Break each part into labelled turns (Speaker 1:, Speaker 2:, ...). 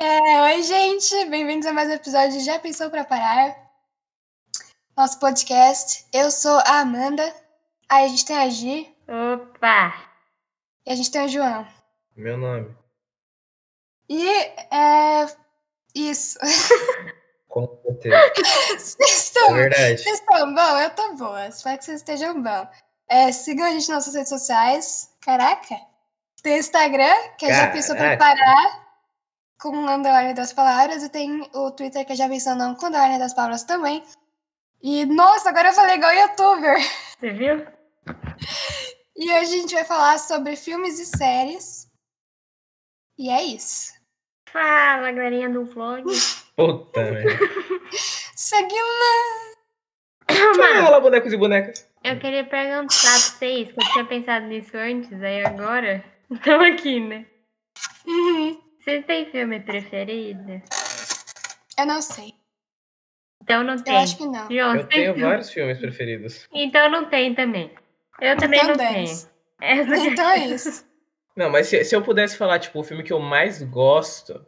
Speaker 1: É, gente! Bem-vindos a mais um episódio de Já Pensou Pra Parar? Nosso podcast. Eu sou a Amanda. Aí a gente tem a Gi
Speaker 2: Opa!
Speaker 1: e a gente tem o João.
Speaker 3: Meu nome.
Speaker 1: E é. Isso.
Speaker 3: Com certeza.
Speaker 1: Vocês
Speaker 3: É
Speaker 1: estão
Speaker 3: verdade.
Speaker 1: Vocês estão bom? Eu tô boa. Espero que vocês estejam bom. É, sigam a gente nas nossas redes sociais. Caraca! Tem Instagram, que é já pensou pra
Speaker 3: Caraca.
Speaker 1: parar, com o underline das palavras. E tem o Twitter, que é já pensou não, com underline das palavras também. E, nossa, agora eu falei igual youtuber.
Speaker 2: Você viu?
Speaker 1: E hoje a gente vai falar sobre filmes e séries. E é isso.
Speaker 2: Fala, galerinha do vlog.
Speaker 3: Puta merda.
Speaker 1: Seguindo.
Speaker 2: Mano,
Speaker 3: Fala, bonecos e bonecas.
Speaker 2: eu queria perguntar pra vocês, que eu tinha pensado nisso antes, aí agora estamos aqui, né?
Speaker 1: Uhum.
Speaker 2: Vocês têm filme preferido?
Speaker 1: Eu não sei.
Speaker 2: Então não
Speaker 1: Eu
Speaker 2: tem.
Speaker 1: acho que não.
Speaker 2: João, você tem
Speaker 3: Eu tenho
Speaker 2: filme?
Speaker 3: vários filmes preferidos.
Speaker 2: Então não tem também. Eu também
Speaker 1: tenho
Speaker 2: não
Speaker 1: dez.
Speaker 2: tenho. Essa...
Speaker 1: Então é isso.
Speaker 3: Não, mas se, se eu pudesse falar, tipo, o filme que eu mais gosto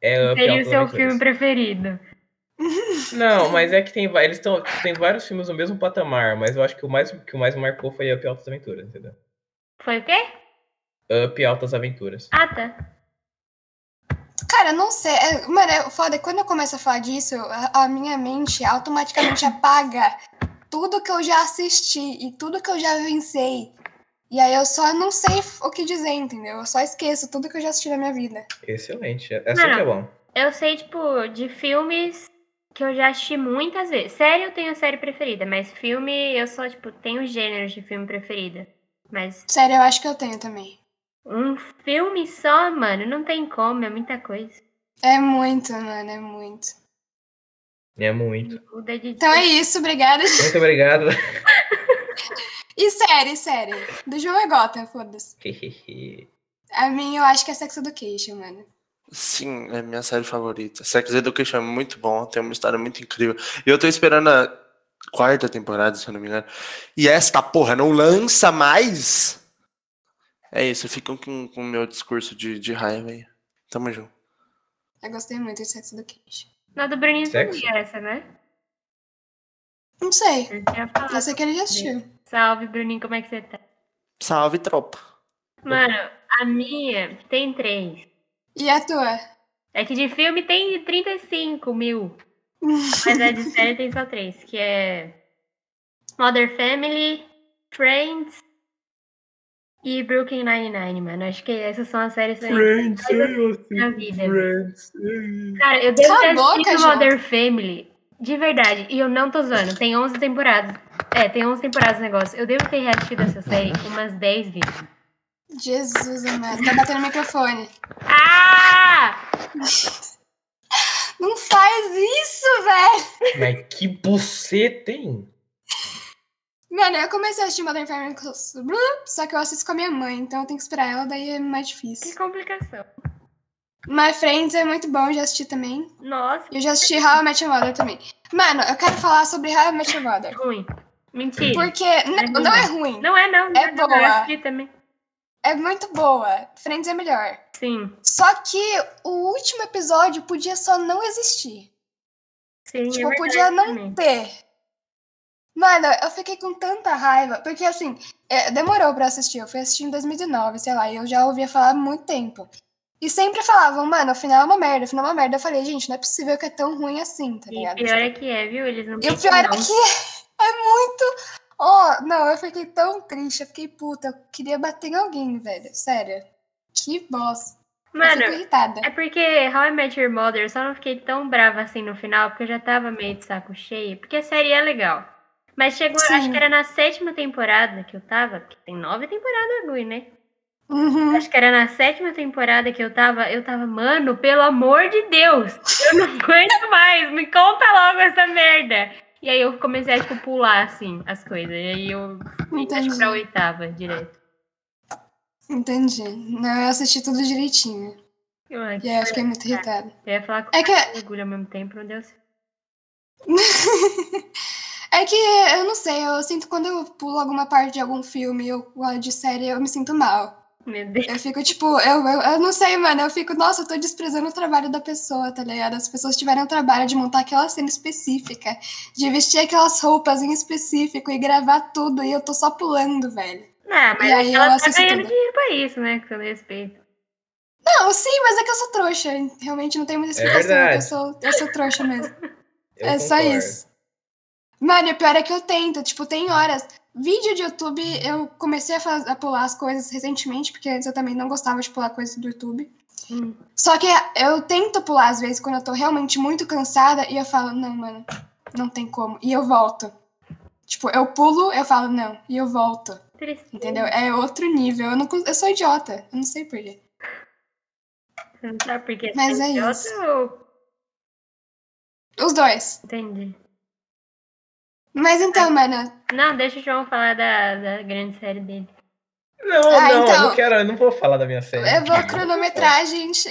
Speaker 3: é Up
Speaker 2: Seria o
Speaker 3: Alto
Speaker 2: seu
Speaker 3: Lamento
Speaker 2: filme
Speaker 3: Dois.
Speaker 2: preferido.
Speaker 3: Não, mas é que tem, va- eles tão, tem vários filmes no mesmo patamar, mas eu acho que o mais, que o mais marcou foi Up Altas Aventuras, entendeu?
Speaker 2: Foi o quê?
Speaker 3: Up Altas Aventuras.
Speaker 2: Ah, tá.
Speaker 1: Cara, eu não sei. É, Mano, é foda. Quando eu começo a falar disso, a, a minha mente automaticamente apaga tudo que eu já assisti e tudo que eu já vencei. E aí eu só não sei f- o que dizer, entendeu? Eu só esqueço tudo que eu já assisti na minha vida.
Speaker 3: Excelente. É assim
Speaker 2: Não.
Speaker 3: que é bom.
Speaker 2: Eu sei, tipo, de filmes que eu já assisti muitas vezes. Série eu tenho série preferida, mas filme eu só, tipo, tenho gêneros de filme preferida. Mas
Speaker 1: Sério, eu acho que eu tenho também.
Speaker 2: um filme só, mano, não tem como, é muita coisa.
Speaker 1: É muito, mano, é muito.
Speaker 3: É muito.
Speaker 2: Muda de
Speaker 1: Então é isso, obrigada.
Speaker 3: Muito obrigado.
Speaker 1: E série, série. Do João é Gotham, foda-se. A mim, eu acho que é Sex Education, mano.
Speaker 4: Sim, é minha série favorita. Sex Education é muito bom, tem uma história muito incrível. E eu tô esperando a quarta temporada, se eu não me engano. E esta porra não lança mais? É isso, ficam com com o meu discurso de, de raiva aí. Tamo junto.
Speaker 1: Eu gostei muito de Sex Education.
Speaker 2: Não, do Bruninho
Speaker 3: Sexo?
Speaker 2: sabia essa, né?
Speaker 1: Não sei.
Speaker 2: Ele tinha falado.
Speaker 1: Eu sei que ele já assistiu.
Speaker 2: Salve, Bruninho, como é que você tá?
Speaker 4: Salve, tropa.
Speaker 2: Mano, a minha tem três.
Speaker 1: E a tua?
Speaker 2: É que de filme tem 35 mil. Mas a de série tem só três, que é Mother Family, Friends e Brooklyn Nine-Nine, mano. Acho que essas são as séries
Speaker 3: Friends,
Speaker 2: da vida.
Speaker 3: Friends.
Speaker 2: Cara, eu devo
Speaker 1: Cala
Speaker 2: ter
Speaker 1: a boca,
Speaker 2: assistido
Speaker 1: João.
Speaker 2: Mother Family. De verdade. E eu não tô zoando. Tem 11 temporadas. É, tem 11 temporadas o negócio. Eu devo ter reassistido essa série umas 10 vezes.
Speaker 1: Jesus amado, tá batendo no microfone.
Speaker 2: Ah!
Speaker 1: Não faz isso, velho!
Speaker 3: Mas que buceta, hein?
Speaker 1: Mano, eu comecei a assistir Modern Family com- só que eu assisto com a minha mãe, então eu tenho que esperar ela, daí é mais
Speaker 2: Que
Speaker 1: difícil.
Speaker 2: complicação.
Speaker 1: My Friends é muito bom, eu já assisti também.
Speaker 2: Nossa,
Speaker 1: E eu já assisti How I Met Your Mother também. Mano, eu quero falar sobre How I Met Your Mother.
Speaker 2: que é ruim. Mentira.
Speaker 1: Porque não, não é ruim,
Speaker 2: Não é, não.
Speaker 1: É
Speaker 2: não,
Speaker 1: boa.
Speaker 2: Eu assisti também.
Speaker 1: é muito boa. Friends é melhor.
Speaker 2: Sim,
Speaker 1: Só que o último episódio podia só não existir.
Speaker 2: sim.
Speaker 1: Tipo,
Speaker 2: é
Speaker 1: podia
Speaker 2: verdade
Speaker 1: não
Speaker 2: também.
Speaker 1: ter. Mano, eu fiquei com tanta raiva, porque assim, é, demorou pra eu assistir. Eu fui assistir em 2019, sei lá, e eu já ouvia falar há muito tempo. E sempre falavam, mano, o final é uma merda, o final é uma merda. Eu falei, gente, não é possível que é tão ruim assim, tá
Speaker 2: E
Speaker 1: ligado?
Speaker 2: pior é que é, viu? Eles não
Speaker 1: E o
Speaker 2: pensam,
Speaker 1: pior é
Speaker 2: não.
Speaker 1: que é muito. Ó, não, eu fiquei tão triste, eu fiquei puta, eu queria bater em alguém, velho. Sério. Que bosta. eu fico
Speaker 2: Mano,
Speaker 1: irritada.
Speaker 2: É porque How I Met Your Mother, eu só não fiquei tão brava assim no final, porque eu já tava meio de saco cheio, porque a série é legal. Mas chegou,
Speaker 1: Sim.
Speaker 2: acho que era na sétima temporada que eu tava, porque tem nove temporadas, Gui, né?
Speaker 1: Uhum.
Speaker 2: Acho que era na sétima temporada que eu tava, eu tava, mano, pelo amor de Deus, eu não aguento mais, me conta logo essa merda. E aí eu comecei a, tipo, pular, assim, as coisas, e aí eu fui, acho,
Speaker 1: Entendi.
Speaker 2: pra oitava, direto.
Speaker 1: Entendi. Não, eu assisti tudo direitinho.
Speaker 2: Eu, acho
Speaker 1: E aí É, eu fiquei
Speaker 2: É.
Speaker 1: muito irritada.
Speaker 2: que eu ia falar com
Speaker 1: É que
Speaker 2: orgulho ao mesmo tempo, não deu certo.
Speaker 1: É que eu não sei, eu sinto quando eu pulo alguma parte de algum filme ou de série, eu me sinto mal.
Speaker 2: Meu Deus.
Speaker 1: Eu fico, tipo, eu, eu, eu não sei, mano. Eu fico, nossa, eu tô desprezando o trabalho da pessoa, tá ligado? As pessoas tiveram o trabalho de montar aquela cena específica, de vestir aquelas roupas em específico e gravar tudo, e eu tô só pulando, velho.
Speaker 2: Ah, mas
Speaker 1: E aí eu
Speaker 2: ela tá
Speaker 1: assisto
Speaker 2: ganhando
Speaker 1: tudo.
Speaker 2: dinheiro pra isso, né? Com todo respeito.
Speaker 1: Não, sim, mas é que eu sou trouxa. Realmente não tem muita explicação.
Speaker 3: verdade.
Speaker 1: eu, sou, eu sou trouxa mesmo.
Speaker 3: Eu
Speaker 1: é só
Speaker 3: concordo. Hum.
Speaker 1: isso. Mano, e o pior é que eu tento, tipo, tem horas. Vídeo de YouTube, eu comecei a, faz- a pular as coisas recentemente, porque antes eu também não gostava de pular coisas do YouTube.
Speaker 2: Hum.
Speaker 1: Só que eu tento pular às vezes quando eu tô realmente muito cansada e eu falo, não, mano, não tem como. E eu volto. Tipo, eu pulo, eu falo, não, e eu volto.
Speaker 2: Tristeza.
Speaker 3: Hum.
Speaker 1: Entendeu? É outro nível. Eu, não, cons- eu sou idiota. Eu não sei porquê.
Speaker 2: Você Não sabe por que
Speaker 1: Mas
Speaker 2: você
Speaker 1: é
Speaker 2: idiota
Speaker 1: isso.
Speaker 2: ou-
Speaker 1: Os dois.
Speaker 2: Entendi.
Speaker 1: Mas então, mano,
Speaker 2: Não, deixa o João falar da, da grande série dele.
Speaker 3: Não,
Speaker 1: Ah,
Speaker 3: não, eu
Speaker 1: então. é
Speaker 3: não quero, eu não vou falar da minha série.
Speaker 1: eu vou
Speaker 3: é.
Speaker 1: cronometrar, gente.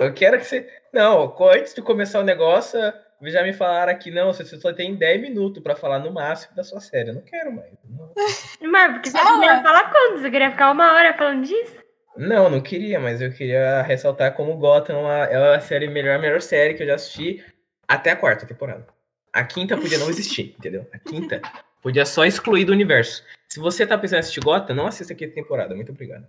Speaker 3: Eu quero que você. Não, co- antes de começar o negócio, já me falaram aqui, não, você só tem 10 minutos pra falar no máximo da sua série. Eu não quero mais. Não,
Speaker 2: Mano, porque você
Speaker 1: Fala.
Speaker 2: queria falar quando? Você queria ficar uma hora falando disso?
Speaker 3: não, não queria, mas eu queria ressaltar como Gotham a- é a série melhor, a melhor série que eu já assisti até a quarta temporada. A quinta podia não existir, entendeu? A quinta podia só excluir do universo. Se você tá pensando em assistir Gotham, não assista a quinta temporada. Muito obrigado.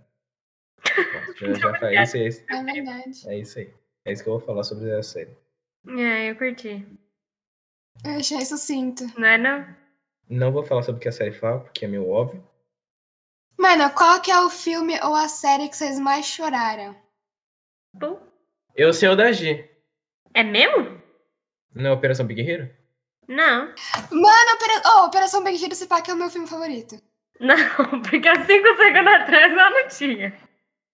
Speaker 3: Pronto, já, já, falei, isso é isso.
Speaker 1: É verdade.
Speaker 3: É isso aí. É isso que eu vou falar sobre a série.
Speaker 2: É, eu curti.
Speaker 1: Eu achei sucinto.
Speaker 2: Não é não?
Speaker 3: Não vou falar sobre o que a série fala, porque é meio óbvio.
Speaker 1: Mano, qual que é o filme ou a série que vocês mais choraram?
Speaker 2: Pô.
Speaker 3: Eu sei o da G.
Speaker 2: É mesmo?
Speaker 3: Não é Operação Big Hero?
Speaker 2: Não.
Speaker 1: Mano, Opera... oh, Operação Big Hero, se pá, que é o meu filme favorito.
Speaker 2: Não, porque há cinco segundos atrás ela não tinha.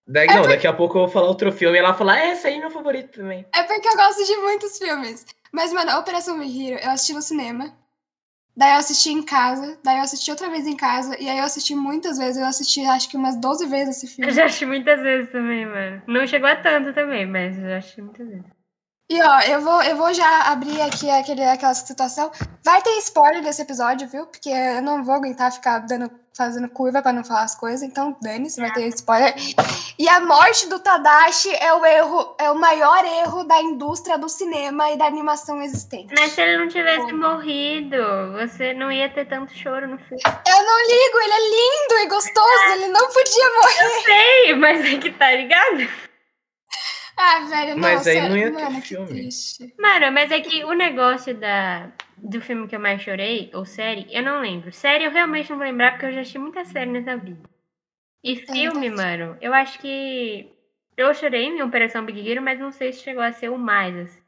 Speaker 3: Daí, não, daqui a pouco eu vou falar outro filme e ela vai falar, "É, essa aí é meu favorito também.
Speaker 1: É porque eu gosto de muitos filmes. Mas, mano, a Operação Big Hero, eu assisti no cinema. Daí eu assisti em casa. Daí eu assisti outra vez em casa. E aí eu assisti muitas vezes. Eu assisti, acho que umas 12 vezes esse
Speaker 2: Eu
Speaker 1: filme.
Speaker 2: já achei muitas vezes também, mano. Não chegou a tanto também, mas eu já achei muitas vezes.
Speaker 1: E, ó, eu vou, eu vou já abrir aqui aquele, aquela situação. Vai ter spoiler desse episódio, viu? Porque eu não vou aguentar ficar dando, fazendo curva pra não falar as coisas. Então, dane-se, vai ter spoiler. E a morte do Tadashi é o erro, é o maior erro da indústria do cinema e da animação existente.
Speaker 2: Mas se ele não tivesse morrido, você não ia ter tanto choro no filme.
Speaker 1: Eu não ligo, ele é lindo e gostoso, ele não podia morrer.
Speaker 2: Sei, mas é que tá ligado?
Speaker 1: Ah, velho,
Speaker 3: Mas
Speaker 1: nossa,
Speaker 3: aí não ia ter
Speaker 1: mano, que
Speaker 3: filme.
Speaker 1: triste.
Speaker 2: Mano, mas é que o negócio da, do filme que eu mais chorei, ou série, eu não lembro. Série eu realmente não vou lembrar, porque eu já assisti muita série nessa vida. E filme,
Speaker 1: verdade.
Speaker 2: mano, eu acho que. Eu chorei em Operação Big Hero, mas não sei se chegou a ser o mais, assim.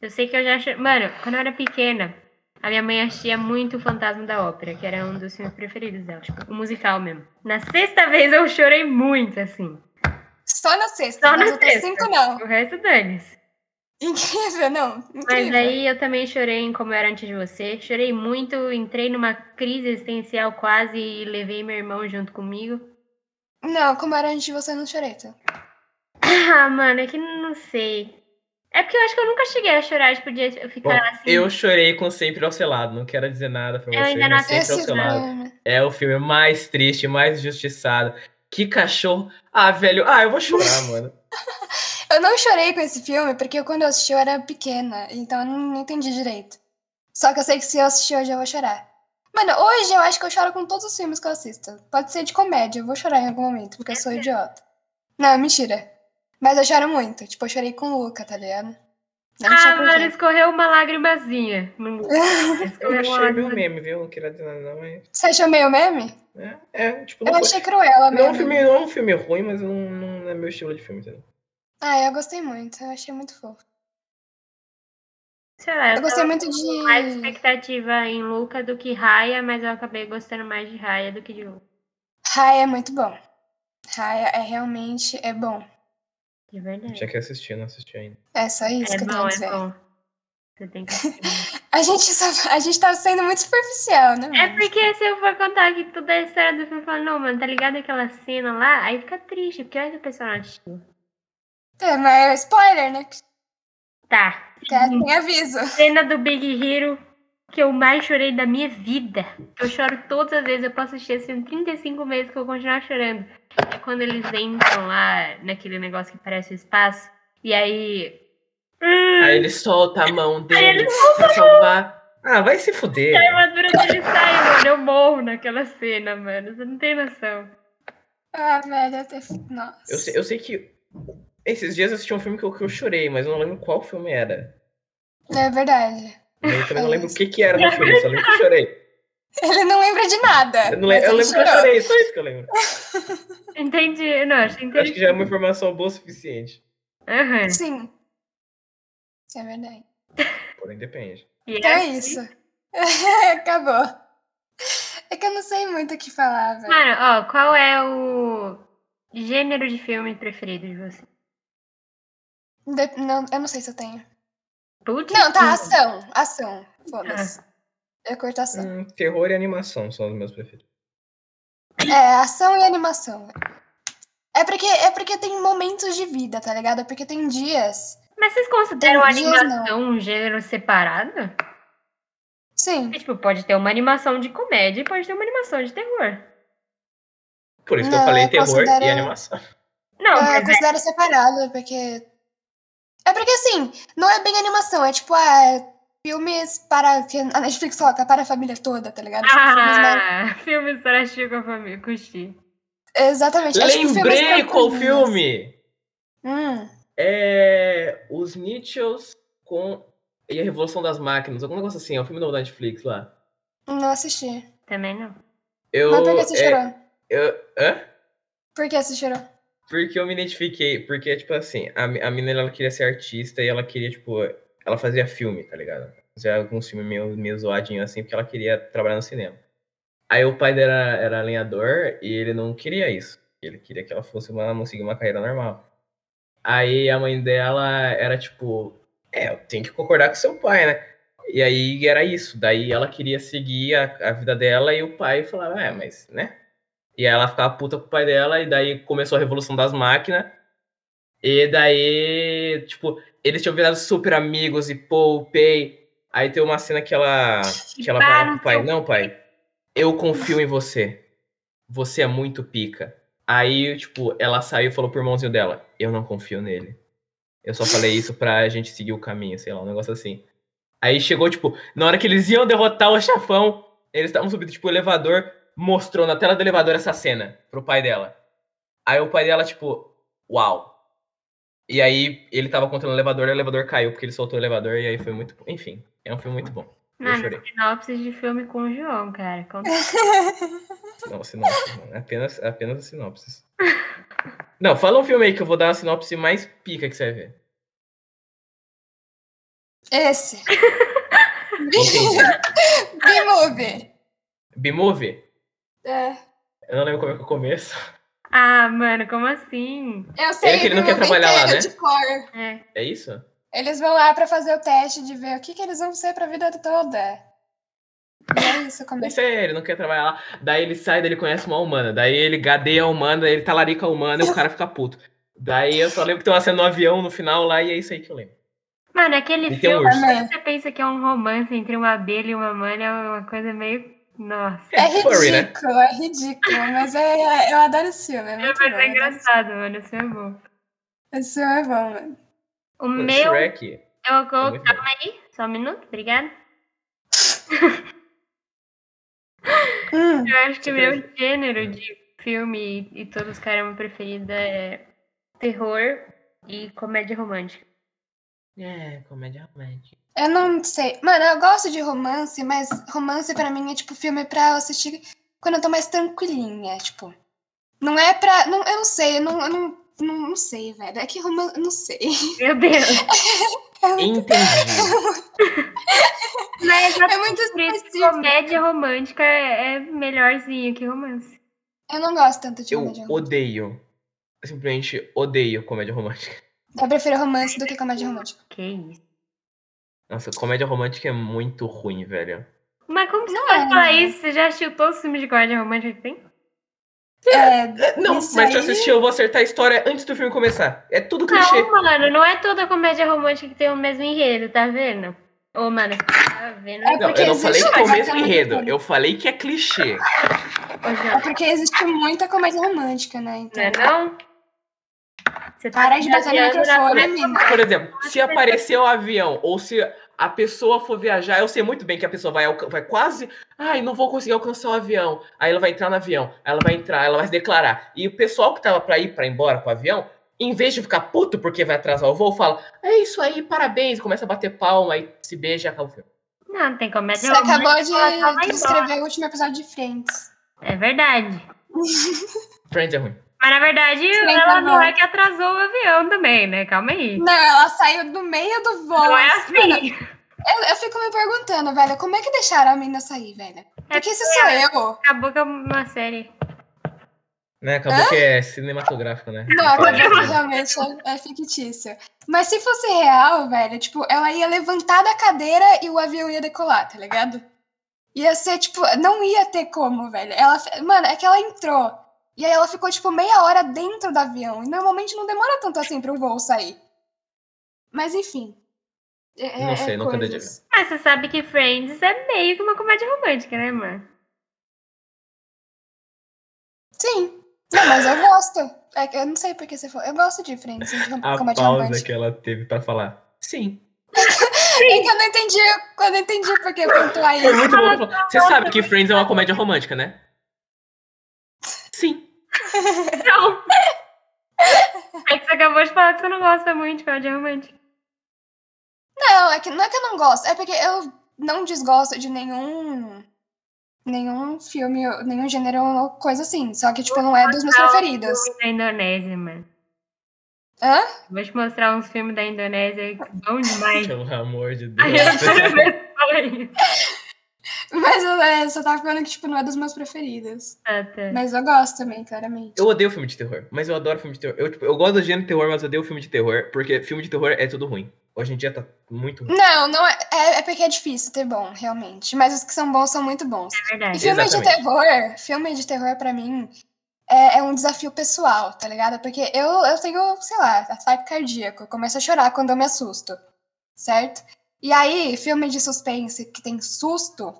Speaker 2: Eu sei que eu já chorei. Mano, quando eu era pequena, a minha mãe assistia muito O Fantasma da Ópera, que era um dos filmes preferidos dela, tipo, o musical mesmo. Na sexta vez eu chorei muito, assim.
Speaker 1: Só na sexta,
Speaker 2: Só
Speaker 1: nas
Speaker 2: na
Speaker 1: outras
Speaker 2: sexta.
Speaker 1: cinco não.
Speaker 2: O resto dane-se.
Speaker 1: Incrível, não. Incrível.
Speaker 2: Mas
Speaker 3: né?
Speaker 2: aí eu também chorei em Como Eu Era Antes de Você. Chorei muito, entrei numa crise existencial quase e levei meu irmão junto comigo.
Speaker 1: Não, como era antes de você não chorei, tá?
Speaker 2: Ah, mano, é que não sei. É porque eu acho que eu nunca cheguei a chorar, tipo, de eu
Speaker 3: Bom,
Speaker 2: ficar assim.
Speaker 3: eu chorei com Sempre ao Seu Lado, não quero dizer nada pra
Speaker 2: Eu
Speaker 3: você,
Speaker 2: ainda não
Speaker 3: mas Sempre
Speaker 2: assisti,
Speaker 3: ao
Speaker 1: Esse
Speaker 3: Seu
Speaker 2: não.
Speaker 3: Lado
Speaker 1: filme.
Speaker 3: é o filme mais triste, mais injustiçado. Que cachorro. Ah, velho, ah, eu vou chorar, mano.
Speaker 1: Eu não chorei com esse filme, porque quando eu assisti eu era pequena, então eu não não entendi direito. Só que eu sei que se eu assistir hoje eu vou chorar. Mano, hoje eu acho que eu choro com todos os filmes que eu assisto. Pode ser de comédia, eu vou chorar em algum momento, porque eu sou idiota. Não, mentira. Mas eu choro muito. Tipo, eu chorei com o Luca, tá ligado? Não sei
Speaker 2: Ah,
Speaker 1: por
Speaker 2: mano,
Speaker 1: quê.
Speaker 2: escorreu uma lágrimazinha. Não-
Speaker 3: Eu
Speaker 2: Escorreu uma
Speaker 3: achei meio
Speaker 2: lágrima.
Speaker 3: meme, viu? Não queria dizer nada, não, mas.
Speaker 1: Você achou meio meme?
Speaker 3: É, é, tipo,
Speaker 1: Eu
Speaker 3: não, foi-
Speaker 1: achei cruela
Speaker 3: não, é um
Speaker 1: mesmo.
Speaker 3: filme, não é um filme ruim, mas não, não é meu estilo de filme, entendeu?
Speaker 1: Ah, eu gostei muito. Eu achei muito fofo.
Speaker 2: Sei lá, eu,
Speaker 1: Eu gostei
Speaker 2: tava
Speaker 1: muito
Speaker 2: com mais
Speaker 1: de.
Speaker 2: expectativa em Luca do que Raya, mas eu acabei gostando mais de Raya do que de Luca.
Speaker 1: Raya é muito bom. Raya é realmente é bom.
Speaker 2: De verdade.
Speaker 3: Tinha que assistir, não assisti ainda.
Speaker 1: É só isso
Speaker 2: É
Speaker 1: que eu tenho
Speaker 2: bom,
Speaker 1: a dizer.
Speaker 2: é bom. Você tem que
Speaker 1: A gente, só- a gente tá sendo muito superficial, né?
Speaker 2: É
Speaker 1: mano?
Speaker 2: porque se eu for contar aqui toda a história do filme, eu falo, não, mano, tá ligado aquela cena lá? Aí fica triste, porque olha que o personagem.
Speaker 1: É, mas é spoiler, né?
Speaker 2: Tá.
Speaker 1: Que é- Tem aviso.
Speaker 2: Cena do Big Hero que eu mais chorei da minha vida. Eu choro todas as vezes, eu posso assistir esse filme 35 meses que eu vou continuar chorando. É quando eles entram lá naquele negócio que parece o espaço, e aí. Hum,
Speaker 3: Aí ele solta a mão dele
Speaker 2: ele
Speaker 3: pra salvar. Ah, vai se fuder.
Speaker 2: a armadura dele sai, mano. Eu morro naquela cena, mano. Você não tem noção.
Speaker 1: Ah, velho, eu até. Nossa.
Speaker 3: Eu sei, eu sei que esses dias eu assisti um filme que eu, que eu chorei, mas eu não lembro qual filme era.
Speaker 1: É verdade.
Speaker 3: Eu também não lembro o que, que era no filme, só lembro que eu chorei.
Speaker 1: Ele não lembra de nada.
Speaker 3: Eu, não
Speaker 1: mas
Speaker 3: lembro, eu
Speaker 1: ele
Speaker 3: lembro que eu
Speaker 1: chorou.
Speaker 3: chorei, só isso que eu lembro.
Speaker 2: Entendi. Não, achei
Speaker 3: Acho que já é
Speaker 2: interessante.
Speaker 3: uma informação boa o suficiente.
Speaker 2: Aham.
Speaker 1: Sim. É verdade.
Speaker 3: Porém, depende.
Speaker 2: E
Speaker 1: Então é
Speaker 2: assim-
Speaker 1: isso. Acabou. É que eu não sei muito o que falar, velho.
Speaker 2: Mano, ó, qual é o gênero de filme preferido de você?
Speaker 1: De- Não, eu não sei se eu tenho.
Speaker 2: Putz,
Speaker 1: Não, tá,
Speaker 2: sim. Ah.
Speaker 1: ação. Ação. Foda-se. Eu curto ação.
Speaker 3: Hum, terror e animação são os meus preferidos.
Speaker 1: É, ação e animação. velho. É porque, é porque tem momentos de vida, tá ligado? É porque tem dias.
Speaker 2: Mas vocês consideram
Speaker 1: Tem dias,
Speaker 2: animação um gênero separado?
Speaker 1: Sim.
Speaker 2: Porque, tipo, pode ter uma animação de comédia e pode ter uma animação de terror.
Speaker 3: Por isso que
Speaker 1: Não,
Speaker 3: eu falei
Speaker 1: eu
Speaker 3: terror
Speaker 1: considero-
Speaker 3: e animação.
Speaker 2: Não,
Speaker 1: Ah, eu
Speaker 2: mas é,
Speaker 1: considero separado, porque. É porque assim, não é bem animação, é tipo ah, filmes para. que a Netflix coloca para a família toda, tá
Speaker 2: é-
Speaker 1: ligado? Tipo, filmes mais-
Speaker 2: Ah, filmes para assistir com a família, curti.
Speaker 1: Exatamente. é tipo filmes
Speaker 3: Lembrei qual
Speaker 1: tranquilinhos.
Speaker 3: filme!
Speaker 1: Hum,
Speaker 3: É. Os Nietzsche's com. E a Revolução das Máquinas, algum negócio assim, é um filme novo da Netflix lá.
Speaker 1: não assisti.
Speaker 2: Também não.
Speaker 3: Eu.
Speaker 1: Mas por que você
Speaker 3: é,
Speaker 1: chorou?
Speaker 3: eu- Hã?
Speaker 1: Por que você chorou?
Speaker 3: Porque eu me identifiquei, porque, tipo assim, a, mi- a mina ela queria ser artista e ela queria, tipo, ela fazia filme, tá ligado? Fazia alguns filmes meio, meio zoadinho assim, porque ela queria trabalhar no cinema. Aí o pai dela era, era lenhador e ele não queria isso. Ele queria que ela fosse uma, conseguir uma carreira normal. Aí a mãe dela era tipo, é, eu tenho que concordar com seu pai, né? E aí era isso. Daí ela queria seguir a, a vida dela e o pai falava, é, mas, né? E aí ela ficava puta com o pai dela, e daí começou a Revolução das Máquinas. E daí, tipo, eles tinham virado super amigos e pô, o Pei. Aí tem uma cena que ela, que ela
Speaker 2: Para
Speaker 3: fala
Speaker 2: o
Speaker 3: pro pai, né?
Speaker 2: seu
Speaker 3: não, pai, eu confio em você. Você é muito pica. Aí, tipo, ela saiu e falou pro irmãozinho dela, eu não confio nele. Eu só falei isso pra gente seguir o caminho, sei lá, um negócio assim. Aí chegou, tipo, na hora que eles iam derrotar o chefão, eles estavam subindo, tipo, o elevador, mostrou na tela do elevador essa cena pro pai dela. Aí o pai dela, tipo, uau. E aí ele tava controlando o elevador e o elevador caiu, porque ele soltou o elevador e aí foi muito. Enfim, é um filme muito bom. Eu
Speaker 2: Mano,
Speaker 3: chorei.
Speaker 2: sinopse de filme com o João, cara. Com-
Speaker 3: Não, sinopse. não. né? Apenas, apenas sinopses. Não, fala um filme aí que eu vou dar a sinopse mais pica que você vai ver.
Speaker 1: Esse.
Speaker 3: Entendi.
Speaker 1: B-Movie.
Speaker 3: B-Movie?
Speaker 1: É.
Speaker 3: Eu não lembro como é que eu começo.
Speaker 2: Ah, mano, como assim?
Speaker 1: Eu tipo, sei
Speaker 3: Ele que ele não
Speaker 1: B-movie
Speaker 3: quer trabalhar lá,
Speaker 1: inteiro
Speaker 3: né?
Speaker 1: de cor.
Speaker 2: É.
Speaker 3: É isso?
Speaker 1: Eles vão lá pra fazer o teste de ver o que, que eles vão ser pra vida toda. E é isso,
Speaker 3: Não
Speaker 1: começa.
Speaker 3: sei, ele não quer trabalhar lá. Daí ele sai, daí ele conhece uma humana. Daí ele gadeia a humana, daí ele talarica a humana e o cara fica puto. Daí eu só lembro que tem uma cena no avião no final lá e é isso aí que eu lembro.
Speaker 2: Mano, aquele
Speaker 3: E tem um
Speaker 2: filme,
Speaker 3: urso.
Speaker 1: Amém.
Speaker 2: você pensa que é um romance entre uma abelha e uma mana, é uma coisa meio. Nossa.
Speaker 1: É
Speaker 3: furry, né?
Speaker 1: ridículo, é ridículo, mas é, é- eu adoro esse filme, é
Speaker 2: É,
Speaker 1: muito
Speaker 2: mas
Speaker 1: bom. eu
Speaker 2: é
Speaker 1: adoro esse-
Speaker 2: engraçado, mano. Isso é bom.
Speaker 1: Esse filme é bom, mano.
Speaker 2: O
Speaker 3: O
Speaker 2: meu.
Speaker 3: Shrek. É
Speaker 2: Eu vou
Speaker 3: muito
Speaker 2: colocar aí. Só um minuto, obrigada.
Speaker 1: Hum,
Speaker 2: Eu acho que o meu
Speaker 3: Surpresa.
Speaker 2: gênero
Speaker 3: Hum.
Speaker 2: de filme e todos os caramba preferida é terror e comédia romântica.
Speaker 3: É, comédia romântica.
Speaker 1: eu não sei. Mano, eu gosto de romance, mas romance pra mim é tipo filme pra eu assistir quando eu tô mais tranquilinha, tipo. Não é pra. Não, eu não sei, eu não, eu não, não, não sei, velho. É que romance. Eu não sei.
Speaker 2: Meu Deus!
Speaker 3: Entendi.
Speaker 2: Não é
Speaker 1: É muito
Speaker 2: por isso que
Speaker 1: específico.
Speaker 2: comédia romântica é é melhorzinho que romance.
Speaker 1: Eu não gosto tanto de
Speaker 3: Eu
Speaker 1: comédia romântica.
Speaker 3: odeio. Simplesmente odeio comédia romântica.
Speaker 1: Eu prefiro romance do que comédia romântica.
Speaker 2: Que isso.
Speaker 3: Nossa, comédia romântica é muito ruim, velho.
Speaker 2: Mas como você
Speaker 1: Não
Speaker 2: pode
Speaker 1: é,
Speaker 2: falar
Speaker 1: né?
Speaker 2: isso? Você já assistiu todos os filmes de comédia romântica que tem?
Speaker 1: É,
Speaker 3: É, Não,
Speaker 1: Isso
Speaker 3: mas se eu
Speaker 1: aí-
Speaker 3: assistir, eu vou acertar a história antes do filme começar. É tudo clichê.
Speaker 2: Não, mano, não é toda comédia romântica que tem o mesmo enredo, tá vendo? Ô, mano, você tá vendo?
Speaker 1: É
Speaker 3: Não,
Speaker 1: porque
Speaker 3: eu não falei
Speaker 1: existe
Speaker 3: começo e
Speaker 1: exatamente
Speaker 3: enredo.
Speaker 1: como.
Speaker 3: Eu falei que é clichê.
Speaker 2: Ô,
Speaker 1: É
Speaker 2: Jana,
Speaker 1: porque existe muita comédia romântica, né? Então,
Speaker 2: não é não? Você tá
Speaker 1: para de bater no
Speaker 2: baseando na
Speaker 1: microfone,
Speaker 2: coisa-
Speaker 1: menina.
Speaker 3: Por exemplo,
Speaker 1: é
Speaker 3: se aparecer um avião ou se a pessoa for viajar, eu sei muito bem que a pessoa vai, alca- vai quase. Ai, não vou conseguir alcançar o avião. Aí ela vai entrar no avião, aí ela vai entrar, ela vai se declarar. E o pessoal que tava pra ir pra ir embora com o avião, em vez de ficar puto porque vai atrasar o voo, fala: É isso aí, parabéns. Começa a bater palma e se beija e acaba o filme.
Speaker 2: Não, não tem comédia.
Speaker 1: Você acabou
Speaker 2: romântica, ela vai
Speaker 1: de
Speaker 2: embora.
Speaker 1: descrever o último episódio de Friends.
Speaker 2: É verdade.
Speaker 3: Friends é ruim.
Speaker 2: Mas na verdade,
Speaker 1: Sim,
Speaker 2: ela
Speaker 1: tá
Speaker 2: não
Speaker 1: bom.
Speaker 2: é que atrasou o avião também, né? Calma aí.
Speaker 1: Não, ela saiu do meio do voo.
Speaker 2: Não é
Speaker 1: Mano,
Speaker 2: assim.
Speaker 1: eu, eu fico me perguntando, velho, como é que deixaram a menina sair,
Speaker 2: É
Speaker 1: velho? Porque se sou eu.
Speaker 2: Acabou que é uma série.
Speaker 3: Né? Acabou que é cinematográfico, né?
Speaker 1: Não, é porque realmente é, é fictício. Mas se fosse real, velho, tipo, ela ia levantar da cadeira e o avião ia decolar, tá ligado? Ia ser, tipo, não ia ter como, velho. Ela, fe- mano, é que ela entrou. E aí ela ficou, tipo, meia hora dentro do avião. E normalmente não demora tanto assim pro voo sair. Mas enfim. É- é-
Speaker 3: Não sei,
Speaker 1: é
Speaker 3: nunca dei de
Speaker 1: coisas.
Speaker 2: Mas Ah, você sabe que Friends é meio que uma comédia romântica, né, mano?
Speaker 1: Sim. Não, mas eu gosto. É que eu não sei por que você falou. Eu gosto de Friends, então, é de rom-
Speaker 3: A
Speaker 1: comédia
Speaker 3: pausa
Speaker 1: romântica.
Speaker 3: que ela teve pra falar. Sim.
Speaker 1: É que eu não entendi, eu não entendi por que pontuar
Speaker 3: Foi
Speaker 1: isso.
Speaker 3: muito bom. ela falou, Você sabe que Friends é uma comédia romântica, né? Sim.
Speaker 2: Não. É que você acabou de falar que você não gosta muito de comédia romântica.
Speaker 1: Não, é que não é que eu não gosto, é porque eu não desgosto de nenhum nenhum filme, nenhum gênero ou coisa assim. Só que, tipo, não é dos meus preferidos.
Speaker 2: Filme da Indonésia, mano.
Speaker 1: Hã?
Speaker 2: Vou te mostrar uns filmes da Indonésia que bom demais.
Speaker 3: Pelo amor de
Speaker 2: Aí eu
Speaker 3: Deus.
Speaker 2: quero ver se fala isso.
Speaker 1: Mas eu é, só tava falando que, tipo, não é dos meus preferidos.
Speaker 2: Ah, tá.
Speaker 1: Mas eu gosto também, claramente.
Speaker 3: Eu odeio filme de terror, mas eu adoro filme de terror. Eu, tipo, eu gosto do gênero de terror, mas eu odeio filme de terror, porque filme de terror é tudo ruim. Hoje em dia tá muito ruim.
Speaker 1: Não, não é, é, é porque é difícil ter bom, realmente. Mas os que são bons são muito bons.
Speaker 2: É
Speaker 1: E
Speaker 2: verdade.
Speaker 1: filme de
Speaker 3: Exatamente.
Speaker 1: terror, filme de terror pra mim é, é um desafio pessoal, tá ligado? Porque eu, eu tenho, sei lá, ataque cardíaco, eu começo a chorar quando eu me assusto, certo? E aí, filme de suspense que tem susto,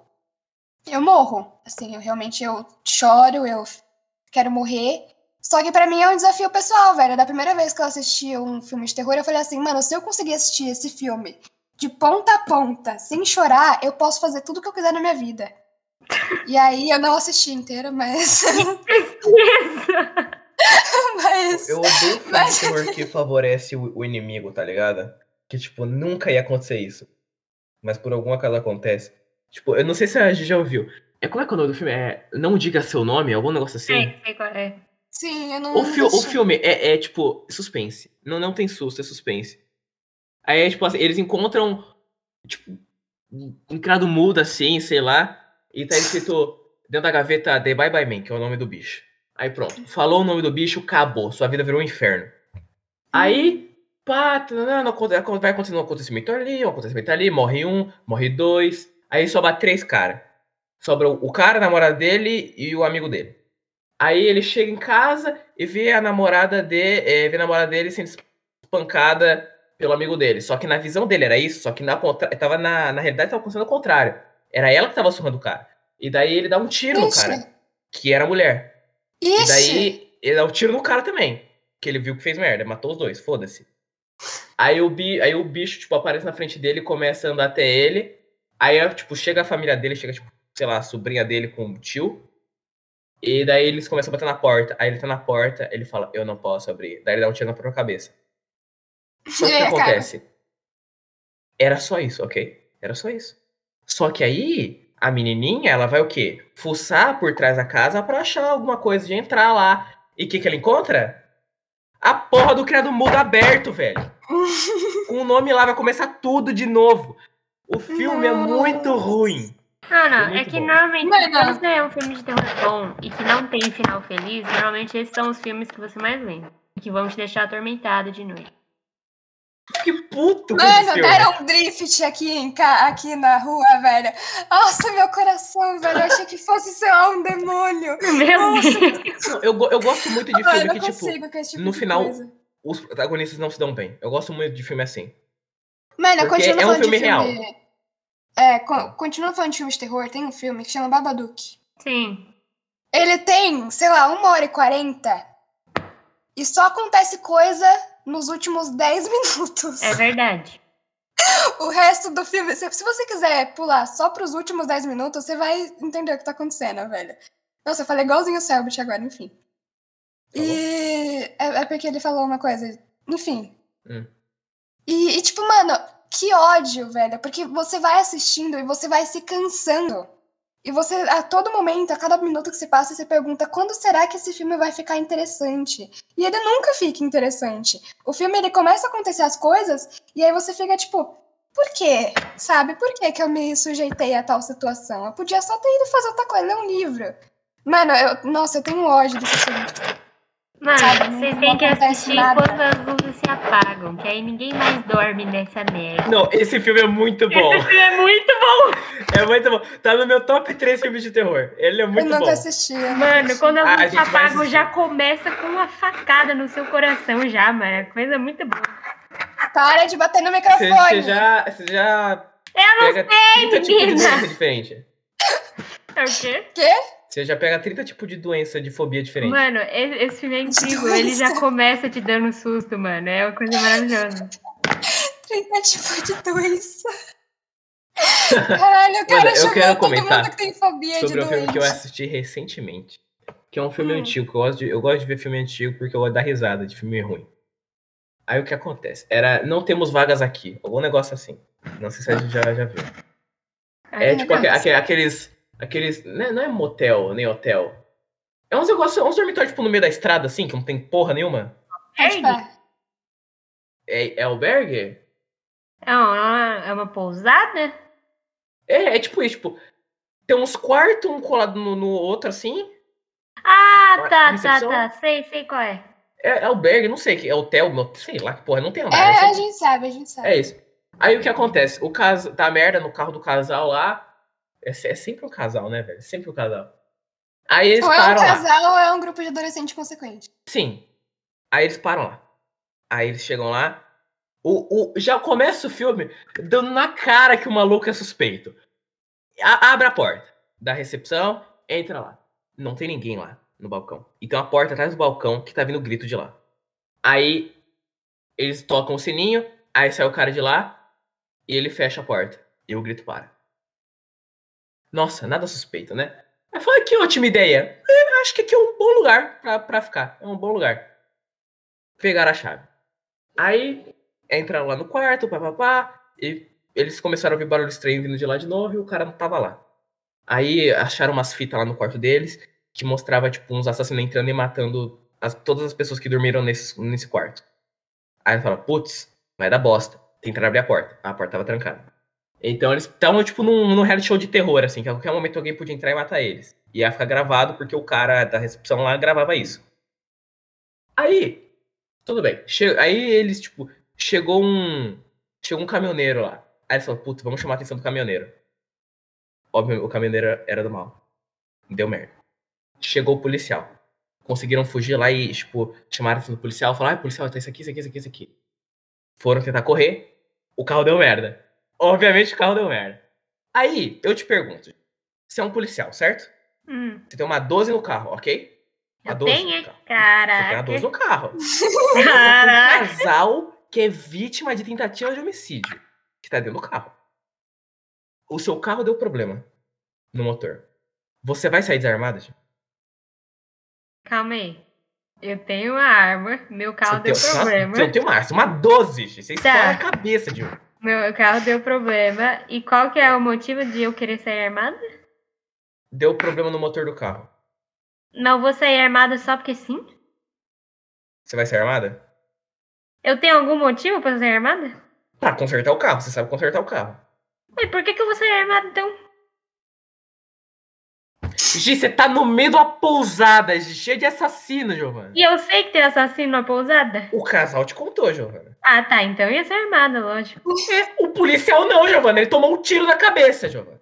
Speaker 1: eu morro. Assim, eu realmente eu choro, eu f- quero morrer. Só que pra mim é um desafio pessoal, velho. Da primeira vez que eu assisti um filme de terror, eu falei assim, mano, se eu conseguir assistir esse filme de ponta a ponta, sem chorar, eu posso fazer tudo o que eu quiser na minha vida. E aí eu não assisti inteiro, mas. mas...
Speaker 3: Eu odeio filme
Speaker 1: Mas-
Speaker 3: de terror que favorece o, o inimigo, tá ligado? Que, tipo, nunca ia acontecer isso. Mas por algum acaso acontece. Tipo, eu não sei se a Gigi já ouviu. É, como é que é o nome do filme? É Não Diga Seu Nome, algum negócio assim?
Speaker 2: Sei, sei qual é.
Speaker 1: Sim, eu não.
Speaker 3: O, fi- o
Speaker 1: assisti.
Speaker 3: filme é, é, tipo suspense. Não, não tem susto, é suspense. Aí é tipo assim, eles encontram tipo um criado mudo assim, sei lá, e tá escrito dentro da gaveta The Bye Bye Man, que é o nome do bicho. Aí pronto, falou o nome do bicho, acabou, sua vida virou um inferno. Aí, pá, tanana, aconte- aconte- vai acontecendo um acontecimento ali, um acontecimento ali, morre um, morre dois, aí sobra três caras. Sobra o o cara, a namorada dele e o amigo dele. Aí ele chega em casa e vê a namorada de, eh, vê a namorada dele sendo espancada pelo amigo dele. Só que na visão dele era isso, só que na contra... tava na, na realidade tava acontecendo o contrário. Era ela que tava surrando o cara. E daí ele dá um tiro no
Speaker 1: Ixi.
Speaker 3: cara, que era a mulher.
Speaker 1: Ixi,
Speaker 3: E daí ele dá um tiro no cara também, que ele viu que fez merda, matou os dois, foda-se. Aí o, bi... aí o bicho, tipo, aparece na frente dele, começa a andar até ele. Aí, tipo, chega a família dele, chega, tipo, sei lá, a sobrinha dele com o tio. E daí eles começam a bater na porta. Aí ele tá na porta, ele fala, eu não posso abrir. Daí ele dá um tiro na própria cabeça. Só que o
Speaker 1: É,
Speaker 3: que
Speaker 1: cara.
Speaker 3: acontece? Era só isso, ok? Era só isso. Só que aí, a menininha, ela vai o quê? Fuçar por trás da casa pra achar alguma coisa de entrar lá. E o que que ela encontra? A porra do criado mudo aberto, velho. Com o nome lá, vai começar tudo de novo. O filme é muito
Speaker 1: Nossa.
Speaker 3: ruim.
Speaker 2: Não, não,
Speaker 3: Muito
Speaker 2: é que
Speaker 3: bom.
Speaker 2: normalmente
Speaker 1: Mas não.
Speaker 2: quando é um filme de terror bom e que não tem final feliz, normalmente esses são os filmes que você mais lembra. e Que vão te deixar atormentado de noite.
Speaker 3: Que puto com esse
Speaker 1: Mano,
Speaker 3: filme.
Speaker 1: deram um drift aqui, em ca- aqui na rua, velho. Nossa, meu coração, velho. Eu achei que fosse, sei lá, um demônio.
Speaker 2: Meu
Speaker 1: Nossa,
Speaker 2: Deus!
Speaker 3: Não, eu, go- eu gosto muito de
Speaker 1: Ah, eu
Speaker 3: filme
Speaker 1: não
Speaker 3: que, tipo,
Speaker 1: consigo com esse tipo
Speaker 3: no
Speaker 1: de
Speaker 3: final-
Speaker 1: coisa.
Speaker 3: os protagonistas não se dão bem. Eu gosto muito de filme assim.
Speaker 1: Mano, eu
Speaker 3: porque
Speaker 1: continuo
Speaker 3: é um
Speaker 1: falando de
Speaker 3: filme real.
Speaker 1: filme. É, co- continuando falando de filmes de terror, tem um filme que chama Babadook.
Speaker 2: Sim.
Speaker 1: Ele tem, sei lá, uma hora e quarenta. E só acontece coisa nos últimos 10 minutos.
Speaker 2: É verdade.
Speaker 1: O resto do filme, se, se você quiser pular só pros últimos 10 minutos, você vai entender o que tá acontecendo, velho. Nossa, eu falei igualzinho o Selbit agora, enfim.
Speaker 3: Tá
Speaker 1: E é, é porque ele falou uma coisa. Enfim.
Speaker 3: Hum.
Speaker 1: E, e, tipo, mano, que ódio, velho. Porque você vai assistindo e você vai se cansando. E você, a todo momento, a cada minuto que se passa, você pergunta quando será que esse filme vai ficar interessante. E ele nunca fica interessante. O filme, ele começa a acontecer as coisas e aí você fica, tipo, por quê? Sabe? Por que, que eu me sujeitei a tal situação? Eu podia só ter ido fazer outra coisa, ler um livro. Mano, eu, nossa, eu tenho um ódio desse filme.
Speaker 2: Mano,
Speaker 1: Sabe, não-
Speaker 2: vocês
Speaker 1: não
Speaker 2: têm que
Speaker 1: acontece
Speaker 2: assistir
Speaker 1: nada.
Speaker 2: quando as luzes se apagam, que aí ninguém mais dorme nessa merda.
Speaker 3: Não, esse filme é muito bom.
Speaker 2: Esse filme é muito bom.
Speaker 3: É muito bom. Tá no meu top 3 filmes de terror. Ele é muito
Speaker 1: eu
Speaker 3: bom.
Speaker 1: nunca assisti. eu nunca
Speaker 2: Mano,
Speaker 1: assisti.
Speaker 2: quando
Speaker 3: Ah,
Speaker 2: as
Speaker 3: a
Speaker 2: luzes se
Speaker 3: gente vai
Speaker 2: apagam,
Speaker 3: assistir.
Speaker 2: já começa com uma facada no seu coração já, mano. É coisa muito boa.
Speaker 1: Para de bater no
Speaker 3: Você
Speaker 1: microfone.
Speaker 3: você já, você já
Speaker 2: Eu não
Speaker 3: pega 30 tipos de
Speaker 2: menina.
Speaker 3: doença diferente.
Speaker 2: sei É o quê.
Speaker 3: Você já pega 30 tipos de doença, de fobia diferente.
Speaker 2: Mano, esse, esse filme é incrível. Ele já começa te dando susto, mano. É uma coisa maravilhosa.
Speaker 1: 30 tipos de doença. Caralho, eu quero
Speaker 3: Olha, eu
Speaker 1: chamar
Speaker 3: quero
Speaker 1: todo mundo
Speaker 3: comentar
Speaker 1: que tem fobia é de
Speaker 3: sobre o filme
Speaker 1: doente.
Speaker 3: que eu assisti recentemente. Que é um filme
Speaker 1: Hum.
Speaker 3: antigo, que eu gosto, de, eu gosto de ver filme antigo porque eu gosto da risada de filme ruim. Aí o que acontece? Era Não Temos Vagas Aqui, algum negócio assim. Não sei se a gente já, já viu. É
Speaker 2: Ai,
Speaker 3: tipo
Speaker 2: meu
Speaker 3: aque-
Speaker 2: Deus.
Speaker 3: aque- aqueles. aqueles né, não é motel nem hotel. É uns negócios, uns dormitórios tipo no meio da estrada, assim, que não tem porra nenhuma.
Speaker 1: Pode parar.
Speaker 3: É, é albergue?
Speaker 2: É uma, é uma pousada?
Speaker 3: É, é tipo isso, tipo. Tem uns quartos, um colado no, no outro, assim.
Speaker 2: Ah,
Speaker 3: Ué,
Speaker 2: tá, tá,
Speaker 3: recepção?
Speaker 2: tá. Sei, sei qual é.
Speaker 3: É, é albergue, não sei, que é hotel, mo- sei lá que porra, não tem nome.
Speaker 1: É,
Speaker 3: é
Speaker 1: a
Speaker 3: só-
Speaker 1: gente sabe, a gente sabe.
Speaker 3: É isso. Aí o que acontece? O caso tá merda no carro do casal lá. É, se- é sempre um casal, né, velho? Sempre um casal. Aí eles
Speaker 1: ou é um
Speaker 3: param lá.
Speaker 1: casal ou é um grupo de adolescente consequente.
Speaker 3: Sim. Aí eles param lá. Aí eles chegam lá. O, o, já começa o filme dando na cara que o maluco é suspeito. A- abre a porta da recepção, entra lá. Não tem ninguém lá no balcão. E tem uma porta atrás do balcão que tá vindo grito de lá. Aí eles tocam o sininho, aí sai o cara de lá e ele fecha a porta. E o grito para. Nossa, nada suspeito, né? Aí fala que ótima ideia acho que aqui é um bom lugar pra, pra ficar. É um bom lugar. Pegaram a chave. Aí entraram lá no quarto, papapá, e eles começaram a ouvir barulho estranho vindo de lá de novo e o cara não tava lá. Aí acharam umas fitas lá no quarto deles que mostrava, tipo, uns assassinos entrando e matando as- todas as pessoas que dormiram nesse, nesse quarto. Aí eles falaram, putz, vai dar bosta. Tentaram abrir a porta. A porta tava trancada. Então eles estavam, tipo, num, num reality show de terror, assim, que a qualquer momento alguém podia entrar e matar eles. E ia ficar gravado porque o cara da recepção lá gravava isso. Aí, tudo bem. Che- aí eles, tipo, chegou um. Chegou um caminhoneiro lá. Aí eles falaram, puta, vamos chamar a atenção do caminhoneiro. Óbvio, o caminhoneiro era do mal. Deu merda. Chegou o policial. Conseguiram fugir lá e, tipo, chamaram a atenção do policial. Falaram, ah, policial, tá isso aqui, isso aqui, isso aqui, isso aqui. Foram tentar correr. O carro deu merda. Obviamente o carro deu merda. Aí, eu te pergunto. Você é um policial, certo?
Speaker 2: Hum,
Speaker 3: Você tem uma 12 no carro, ok? Uma
Speaker 2: eu
Speaker 3: 12
Speaker 2: tenho,
Speaker 3: no
Speaker 2: hein?
Speaker 3: carro. é Você é tem uma
Speaker 2: Caraca.
Speaker 3: 12 no carro. Tem um
Speaker 2: Caraca.
Speaker 3: casal que é vítima de tentativa de homicídio. Que tá dentro do carro. O seu carro deu problema no motor. Você vai sair desarmado, gente?
Speaker 2: Calma aí. Eu tenho uma arma, meu carro deu
Speaker 3: uma-
Speaker 2: problema.
Speaker 3: você não tem uma arma, você tem uma 12, gente. Você
Speaker 2: Tá.
Speaker 3: estoura a cabeça de um.
Speaker 2: Meu carro deu problema. E qual que é o motivo de eu querer sair armada?
Speaker 3: Deu problema no motor do carro.
Speaker 2: Não vou sair armada só porque sim?
Speaker 3: Você vai ser armada?
Speaker 2: Eu tenho algum motivo pra sair armada?
Speaker 3: Pra consertar o carro, você sabe consertar o carro.
Speaker 2: E por que, que eu vou sair armada então?
Speaker 3: Gi, você tá no meio de uma pousada, Gi, cheio de assassino, Giovana.
Speaker 2: E eu sei que tem assassino na pousada?
Speaker 3: O casal te contou, Giovana.
Speaker 2: Ah, tá. Então eu ia ser armada, lógico.
Speaker 3: É, O policial não, Giovana. Ele tomou um tiro na cabeça, Giovana.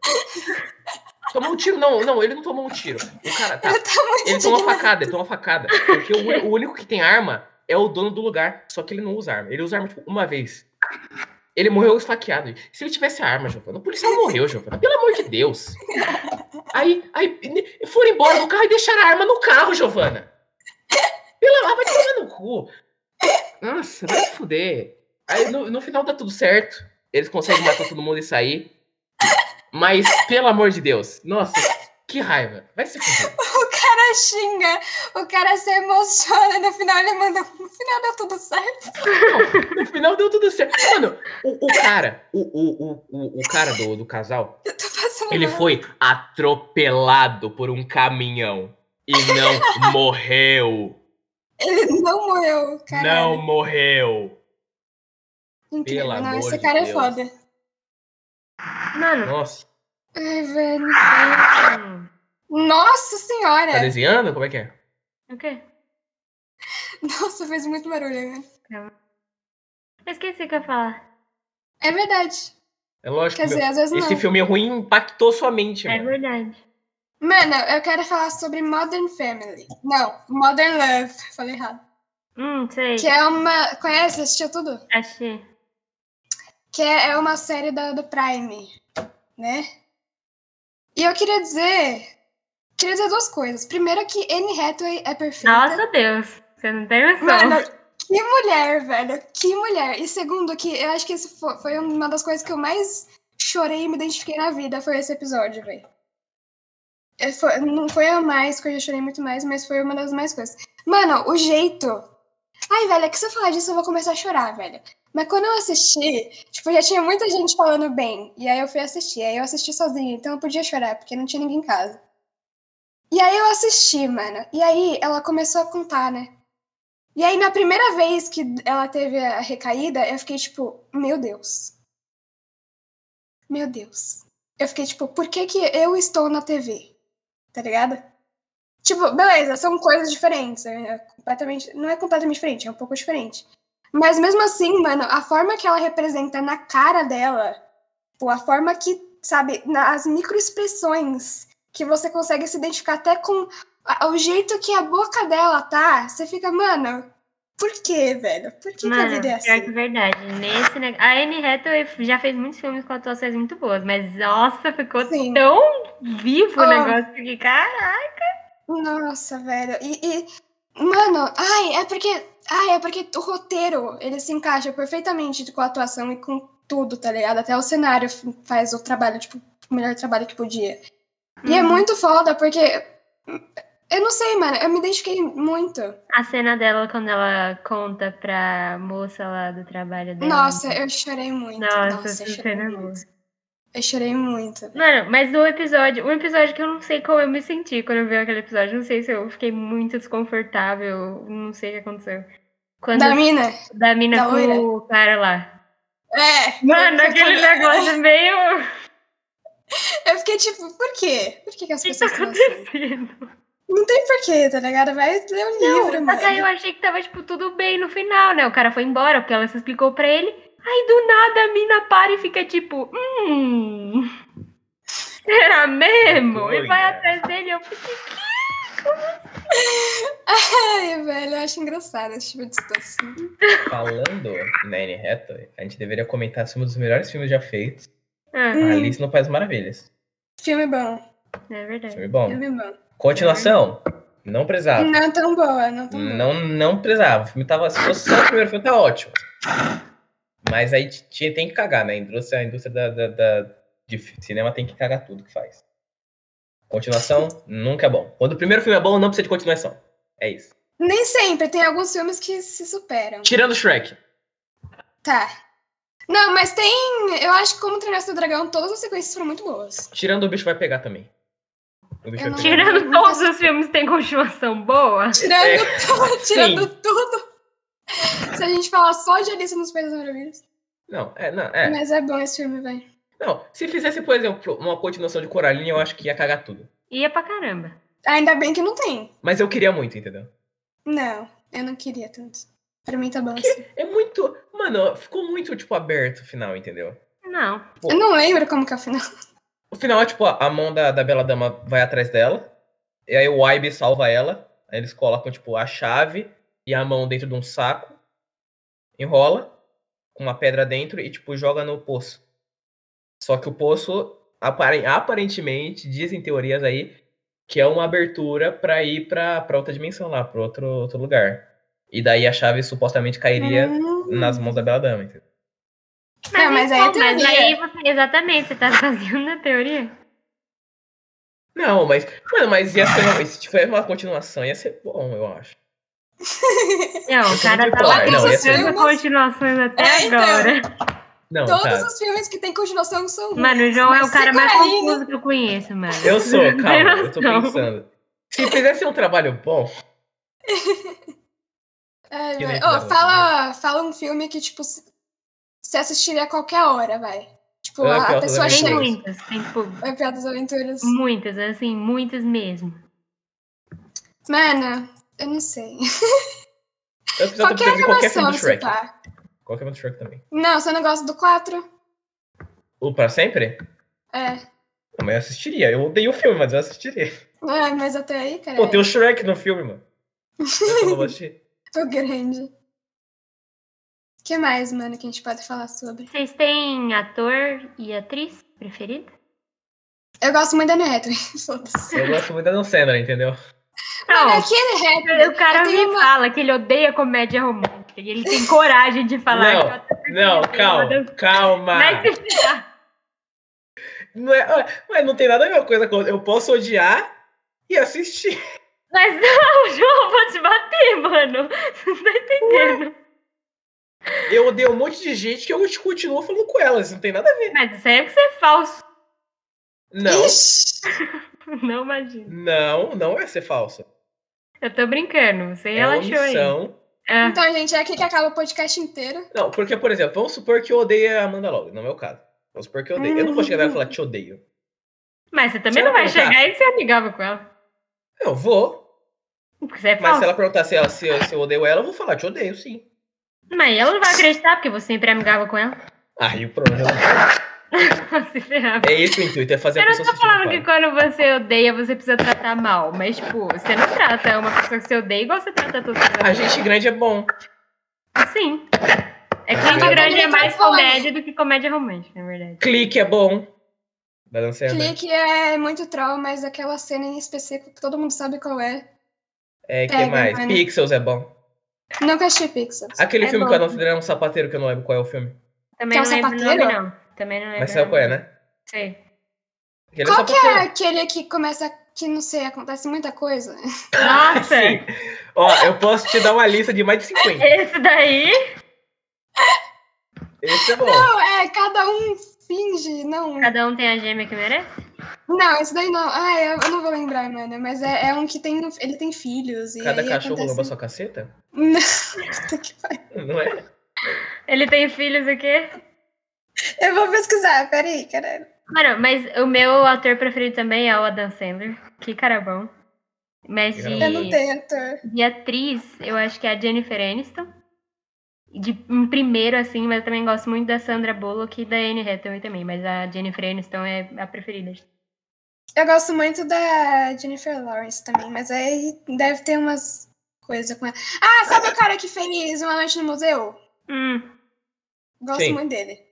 Speaker 3: Tomou um tiro? Não, não, ele não tomou um tiro. O cara, tá.
Speaker 1: Eu tô muito
Speaker 3: Ele tomou uma
Speaker 1: indignada.
Speaker 3: facada, ele tomou uma facada. Porque o, uni- o único que tem arma é o dono do lugar. Só que ele não usa arma. Ele usa arma, tipo, uma vez. Ele morreu esfaqueado. Se ele tivesse arma, Giovana, o policial morreu, Giovana. Pelo amor de Deus. Aí, aí ne- foram embora do carro e deixaram a arma no carro, Giovana. Pelo amor, vai tomar no cu. Nossa, vai se fuder. Aí no, no final dá tudo certo. Eles conseguem matar todo mundo e sair. Mas, pelo amor de Deus. Nossa, que raiva. Vai se fuder.
Speaker 1: O cara xinga, o cara se emociona, no final ele manda. um- No final deu tudo certo.
Speaker 3: No final deu tudo certo. Mano, o, o cara, o, o, o- o, o cara do, do casal,
Speaker 1: Eu tô passando
Speaker 3: ele
Speaker 1: mal.
Speaker 3: foi atropelado por um caminhão e não morreu.
Speaker 1: Ele não morreu, cara.
Speaker 3: Não morreu.
Speaker 1: Incrível,
Speaker 3: pelo
Speaker 1: não,
Speaker 3: amor
Speaker 1: esse
Speaker 3: de
Speaker 1: cara
Speaker 3: Deus.
Speaker 1: é foda.
Speaker 2: Mano,
Speaker 3: Nossa,
Speaker 1: Ai, velho.
Speaker 2: hum,
Speaker 1: Nossa senhora!
Speaker 3: tá desenhando? Como é que é?
Speaker 2: o quê?
Speaker 1: Nossa, fez muito barulho, né?
Speaker 2: Eu esqueci o que eu ia falar.
Speaker 1: É verdade.
Speaker 3: É lógico.
Speaker 1: Quer
Speaker 3: meu,
Speaker 1: dizer, às vezes
Speaker 3: esse
Speaker 1: não.
Speaker 3: filme ruim impactou sua mente,
Speaker 2: É
Speaker 3: mano.
Speaker 2: verdade.
Speaker 1: Mano, eu quero falar sobre Modern Family. Não, Modern Love. Falei errado.
Speaker 2: Hum, sei.
Speaker 1: Que é uma. Conhece? Assistiu tudo?
Speaker 2: Achei.
Speaker 1: que é é uma série da, do Prime, né? E eu queria dizer, queria dizer duas coisas. Primeiro é que Anne Hathaway é perfeita.
Speaker 2: Nossa, Deus. Você não tem noção.
Speaker 1: Mano, que mulher, velho, que mulher. E segundo que eu acho que isso fo- foi uma das coisas que eu mais chorei e me identifiquei na vida foi esse episódio, velho. É, foi- Não foi a mais que eu já chorei muito mais, mas foi uma das mais coisas. Mano, o jeito. Ai, velho, é que se eu falar disso eu vou começar a chorar, velho. Mas quando eu assisti, tipo, já tinha muita gente falando bem. E aí eu fui assistir. Aí eu assisti sozinha, então eu podia chorar, porque não tinha ninguém em casa. E aí eu assisti, mano. E aí ela começou a contar, né? E aí, na primeira vez que ela teve a recaída, eu fiquei tipo, meu Deus. Meu Deus. Eu fiquei tipo, por que que eu estou na TV? Tá ligado? Tipo, beleza, são coisas diferentes. É completamente, não é completamente diferente, é um pouco diferente. Mas mesmo assim, mano, a forma que ela representa na cara dela, tipo, a forma que, sabe, nas microexpressões que você consegue se identificar até com a- o jeito que a boca dela tá, você fica, mano, por que, velho? Por que, que a
Speaker 2: Mano,
Speaker 1: vida é
Speaker 2: pior
Speaker 1: assim?
Speaker 2: que verdade. Nesse neg... A Anne Hathaway já fez muitos filmes com atuações muito boas, mas nossa, ficou
Speaker 1: Sim.
Speaker 2: tão vivo
Speaker 1: Oh.
Speaker 2: o negócio que, cara.
Speaker 1: Nossa, velho. E, e- mano, ai, é porque, ai, é porque o roteiro, ele se encaixa perfeitamente com a atuação e com tudo, tá ligado? Até o cenário f- faz o trabalho, tipo, o melhor trabalho que podia. E
Speaker 2: Uhum.
Speaker 1: é muito foda porque eu não sei, mano, eu me identifiquei muito.
Speaker 2: A cena dela quando ela conta pra moça lá do trabalho dela.
Speaker 1: Nossa, eu chorei muito.
Speaker 2: Nossa,
Speaker 1: Nossa, eu
Speaker 2: essa
Speaker 1: chorei
Speaker 2: cena é boa.
Speaker 1: muito. Eu chorei muito.
Speaker 2: Mano, mas o episódio, um episódio que eu não sei como eu me senti quando eu vi aquele episódio, não sei se eu fiquei muito desconfortável, não sei o que aconteceu. Quando
Speaker 1: Da mina?
Speaker 2: da mina
Speaker 1: da
Speaker 2: com
Speaker 1: loira?
Speaker 2: o cara lá.
Speaker 1: É.
Speaker 2: Mano,
Speaker 1: eu
Speaker 2: aquele
Speaker 1: fiquei,
Speaker 2: negócio meio.
Speaker 1: eu fiquei tipo, por quê? Por que, que as
Speaker 2: O que tá
Speaker 1: pessoas estão assim?
Speaker 2: acontecendo?
Speaker 1: Não tem porquê, tá ligado? Vai ler um livro,
Speaker 2: Mas aí eu
Speaker 1: mano.
Speaker 2: achei que tava, tipo, tudo bem no final, né? O cara foi embora, porque ela se explicou pra ele. Aí do nada a mina para e fica tipo, hum. Será mesmo? E vai
Speaker 3: Olha.
Speaker 2: atrás dele. Eu fiquei,
Speaker 1: Ai, velho, eu acho engraçado esse tipo de situação.
Speaker 3: Falando na Anne Hathaway, a gente deveria comentar sobre um dos melhores filmes já feitos.
Speaker 2: ah,
Speaker 1: Hum.
Speaker 3: Alice no País das Maravilhas.
Speaker 1: Filme bom,
Speaker 2: é verdade.
Speaker 3: Filme bom.
Speaker 1: filme bom.
Speaker 3: Continuação. Não precisava.
Speaker 1: Não é tão boa, não tão boa.
Speaker 3: Ah. Não, não precisava. O filme tava. Se fosse só o primeiro filme, tá ótimo. Mas aí t- tinha, tem que cagar, né? A indústria, a indústria da, da- da- de fi- cinema tem que cagar tudo que faz. Continuação nunca é bom. Quando o primeiro filme é bom, não precisa de continuação. É isso.
Speaker 1: Nem sempre, tem alguns filmes que se superam.
Speaker 3: Tirando Shrek.
Speaker 1: Tá. Não, mas tem. Eu acho que como treinar seu dragão, todas as sequências foram muito boas.
Speaker 3: Tirando o bicho vai pegar também. O bicho
Speaker 1: Eu
Speaker 3: vai
Speaker 1: não-
Speaker 3: pegar.
Speaker 2: Tirando todos os filmes que tem continuação boa.
Speaker 1: Tirando, tudo,
Speaker 3: É, sim.
Speaker 1: tirando tudo. Se a gente falar só de Alice nos Países Maravilhos.
Speaker 3: Não, é, não, é.
Speaker 1: Mas é bom esse filme, velho.
Speaker 3: Não, se fizesse, por exemplo, uma continuação de Coraline, eu acho que ia cagar tudo.
Speaker 2: Ia pra caramba.
Speaker 1: Ainda bem que não tem.
Speaker 3: Mas eu queria muito, entendeu?
Speaker 1: Não, eu não queria tanto. Pra mim tá bom assim.
Speaker 3: É muito. Mano, ficou muito, tipo, aberto o final, entendeu?
Speaker 2: Não.
Speaker 3: Pô.
Speaker 1: Eu não lembro como que é o final.
Speaker 3: O final é tipo, a a mão da, da Bela Dama vai atrás dela, e aí o Aibe salva ela, aí eles colocam, tipo, a chave e a mão dentro de um saco, enrola, com uma pedra dentro e, tipo, joga no poço. Só que o poço, apare- aparentemente, dizem teorias aí, que é uma abertura pra ir pra, pra outra dimensão lá, pra outro, outro lugar. E daí a chave supostamente cairia
Speaker 1: Hum.
Speaker 3: nas mãos da Bela Dama, entendeu?
Speaker 1: Não, mas aí é
Speaker 2: então, mas
Speaker 1: teoria.
Speaker 2: aí você- exatamente, você tá fazendo a teoria.
Speaker 3: Não, mas. Mano, mas ia ser uma, se tiver uma continuação, ia ser bom, eu acho.
Speaker 2: Não, o cara
Speaker 3: Não, é
Speaker 2: tá lá
Speaker 1: não, esse
Speaker 2: fazendo
Speaker 1: aí-
Speaker 2: continuações até
Speaker 1: É, então.
Speaker 2: agora.
Speaker 3: Não,
Speaker 1: Todos
Speaker 3: tá.
Speaker 1: os filmes que tem continuação são ruins.
Speaker 2: Mano, o João é
Speaker 1: Mas
Speaker 2: o cara mais
Speaker 1: segura aí, né?
Speaker 2: confuso que eu conheço, mano.
Speaker 3: Eu sou,
Speaker 2: Não tem
Speaker 3: calma, eu tô
Speaker 2: noção.
Speaker 3: pensando. Se fizesse um trabalho bom,
Speaker 1: É,
Speaker 3: Que
Speaker 1: vai.
Speaker 3: nem
Speaker 1: Ô,
Speaker 3: Fernanda,
Speaker 1: é, né, fala, fala um filme que, tipo, se- você assistiria a qualquer hora, vai. Tipo,
Speaker 3: É,
Speaker 1: a, a
Speaker 3: Piratas
Speaker 1: pessoa
Speaker 3: das
Speaker 2: Tem
Speaker 1: chega.
Speaker 3: Aventuras.
Speaker 2: muitas, tem tipo,
Speaker 1: É Piratas das Aventuras.
Speaker 2: muitas, assim, muitas mesmo.
Speaker 1: Mano, eu não sei.
Speaker 3: eu precisava
Speaker 1: Qualquer tá.
Speaker 3: de qualquer filme
Speaker 1: animação,
Speaker 3: do
Speaker 1: se
Speaker 3: Shrek.
Speaker 1: pá.
Speaker 3: Qualquer filme do Shrek também.
Speaker 1: Não, você não gosta do 4?
Speaker 3: O Pra Sempre?
Speaker 1: É.
Speaker 3: Não, mas eu assistiria. Eu odeio o filme, mas eu assistiria.
Speaker 1: Ah, mas até aí, cara,
Speaker 3: Pô, tem um o Shrek no filme, mano. Eu não vou assistir.
Speaker 1: tô é grande. O que mais, mano, que a gente pode falar sobre?
Speaker 2: Vocês têm ator e atriz preferida?
Speaker 1: Eu gosto muito da Anne Hathaway, foda-se.
Speaker 3: Eu gosto muito da Dan Sandler, entendeu?
Speaker 1: Mano,
Speaker 2: Não,
Speaker 1: aquele
Speaker 2: o
Speaker 1: Hathaway,
Speaker 2: cara
Speaker 1: eu
Speaker 2: me
Speaker 1: tenho uma-
Speaker 2: fala que ele odeia comédia romântica e ele tem coragem de falar
Speaker 3: Não,
Speaker 2: que o ator
Speaker 3: Não,
Speaker 2: preferido é o
Speaker 3: calma,
Speaker 2: Adam-
Speaker 3: calma.
Speaker 2: Vai se ferrar.
Speaker 3: Não é, ah, mas não tem nada a ver com coisa com. Eu posso odiar e assistir.
Speaker 2: Mas não, João, eu vou te bater, mano. Você não tá entendendo.
Speaker 3: Eu odeio um monte de gente que eu te continuo falando com elas. Não tem nada a ver.
Speaker 2: Mas sério que você é falso.
Speaker 3: Não,
Speaker 1: Ixi,
Speaker 2: Não imagino.
Speaker 3: não, não é ser falsa.
Speaker 2: Eu tô brincando, você
Speaker 3: É
Speaker 2: relaxou aí.
Speaker 3: omissão.
Speaker 2: Ah,
Speaker 1: Então, gente, é aqui que acaba o podcast inteiro.
Speaker 3: Não, porque, por exemplo, vamos supor que eu odeio a Amanda Logo. Não é o caso. Vamos supor que eu odeio. Eu não vou chegar nela e falar, te odeio.
Speaker 2: mas você também
Speaker 3: Deixa
Speaker 2: não
Speaker 3: eu
Speaker 2: vai
Speaker 3: perguntar.
Speaker 2: chegar aí que você é amigável com ela.
Speaker 3: Eu vou.
Speaker 2: Porque você é
Speaker 3: Mas
Speaker 2: falso.
Speaker 3: se
Speaker 2: Mas,
Speaker 3: ela perguntar se, ela- se eu, se eu odeio ela, eu vou falar, te odeio, sim.
Speaker 2: ela não vai acreditar, porque você sempre é amigável com ela.
Speaker 3: Aí o problema
Speaker 2: se ferrar.
Speaker 3: é esse o intuito, é fazer
Speaker 2: Eu
Speaker 3: a
Speaker 2: não
Speaker 3: pessoa
Speaker 2: tô
Speaker 3: sentir
Speaker 2: falando que
Speaker 3: culpada.
Speaker 2: quando você odeia, você precisa tratar mal. Mas, tipo, você não trata uma pessoa que você odeia igual você trata todas as
Speaker 3: A gente grande é bom.
Speaker 2: outras. Sim. É que gente
Speaker 3: Eu
Speaker 2: grande
Speaker 1: também
Speaker 2: é mais
Speaker 1: tô falando.
Speaker 2: comédia do que comédia romântica, na verdade.
Speaker 3: Clique é bom. Da Dan Sandler.
Speaker 1: Clique é muito troll, mas aquela cena em específico que todo mundo sabe qual é.
Speaker 3: É, que
Speaker 1: Pega, né?
Speaker 3: mais?
Speaker 1: mano.
Speaker 3: Pixels é bom.
Speaker 1: Nunca achei Pixels.
Speaker 3: Aquele
Speaker 2: É
Speaker 3: filme
Speaker 2: bom.
Speaker 3: que eu não fizeram um sapateiro que eu não lembro qual é o filme.
Speaker 2: Também
Speaker 1: Quer um
Speaker 2: não lembro o nome,
Speaker 1: sapateiro?
Speaker 2: não. Também não lembro.
Speaker 3: Mas sabe qual é, né?
Speaker 2: Sei.
Speaker 3: Aquele
Speaker 1: Qual
Speaker 3: é
Speaker 1: que é
Speaker 3: sapateiro.
Speaker 1: aquele que começa, que não sei, acontece muita coisa?
Speaker 2: Nossa!
Speaker 3: Sim. Ó, eu posso te dar uma lista de mais de 50.
Speaker 2: Esse daí.
Speaker 3: Esse é bom.
Speaker 1: Não, é, cada um finge, não.
Speaker 2: Cada um tem a gêmea que merece?
Speaker 1: Não, isso daí não. Ah, eu, eu não vou lembrar, mano. Mas é, é um que tem, ele tem filhos e
Speaker 3: Cada
Speaker 1: aí
Speaker 3: cachorro
Speaker 1: acontece... um.
Speaker 3: rouba sua caceta?
Speaker 1: Não, puta que pariu.
Speaker 3: Não é?
Speaker 2: Ele tem filhos o quê?
Speaker 1: Eu vou pesquisar, peraí, caralho.
Speaker 2: Mano, mas o meu ator preferido também é o Adam Sandler. Que cara bom. Mas
Speaker 3: Que
Speaker 2: de,
Speaker 3: cara bom.
Speaker 1: Eu não tenho ator.
Speaker 2: de atriz, eu acho que é a Jennifer Aniston. De, em primeiro, assim, mas eu também gosto muito da Sandra Bullock e da Anne Hathaway também. Mas a Jennifer Aniston é a preferida.
Speaker 1: Eu gosto muito da Jennifer Lawrence também, mas aí deve ter umas coisas com ela. Ah, sabe o cara que fez Uma Noite no Museu?
Speaker 2: Hum.
Speaker 1: Gosto
Speaker 3: Sim.
Speaker 1: muito dele.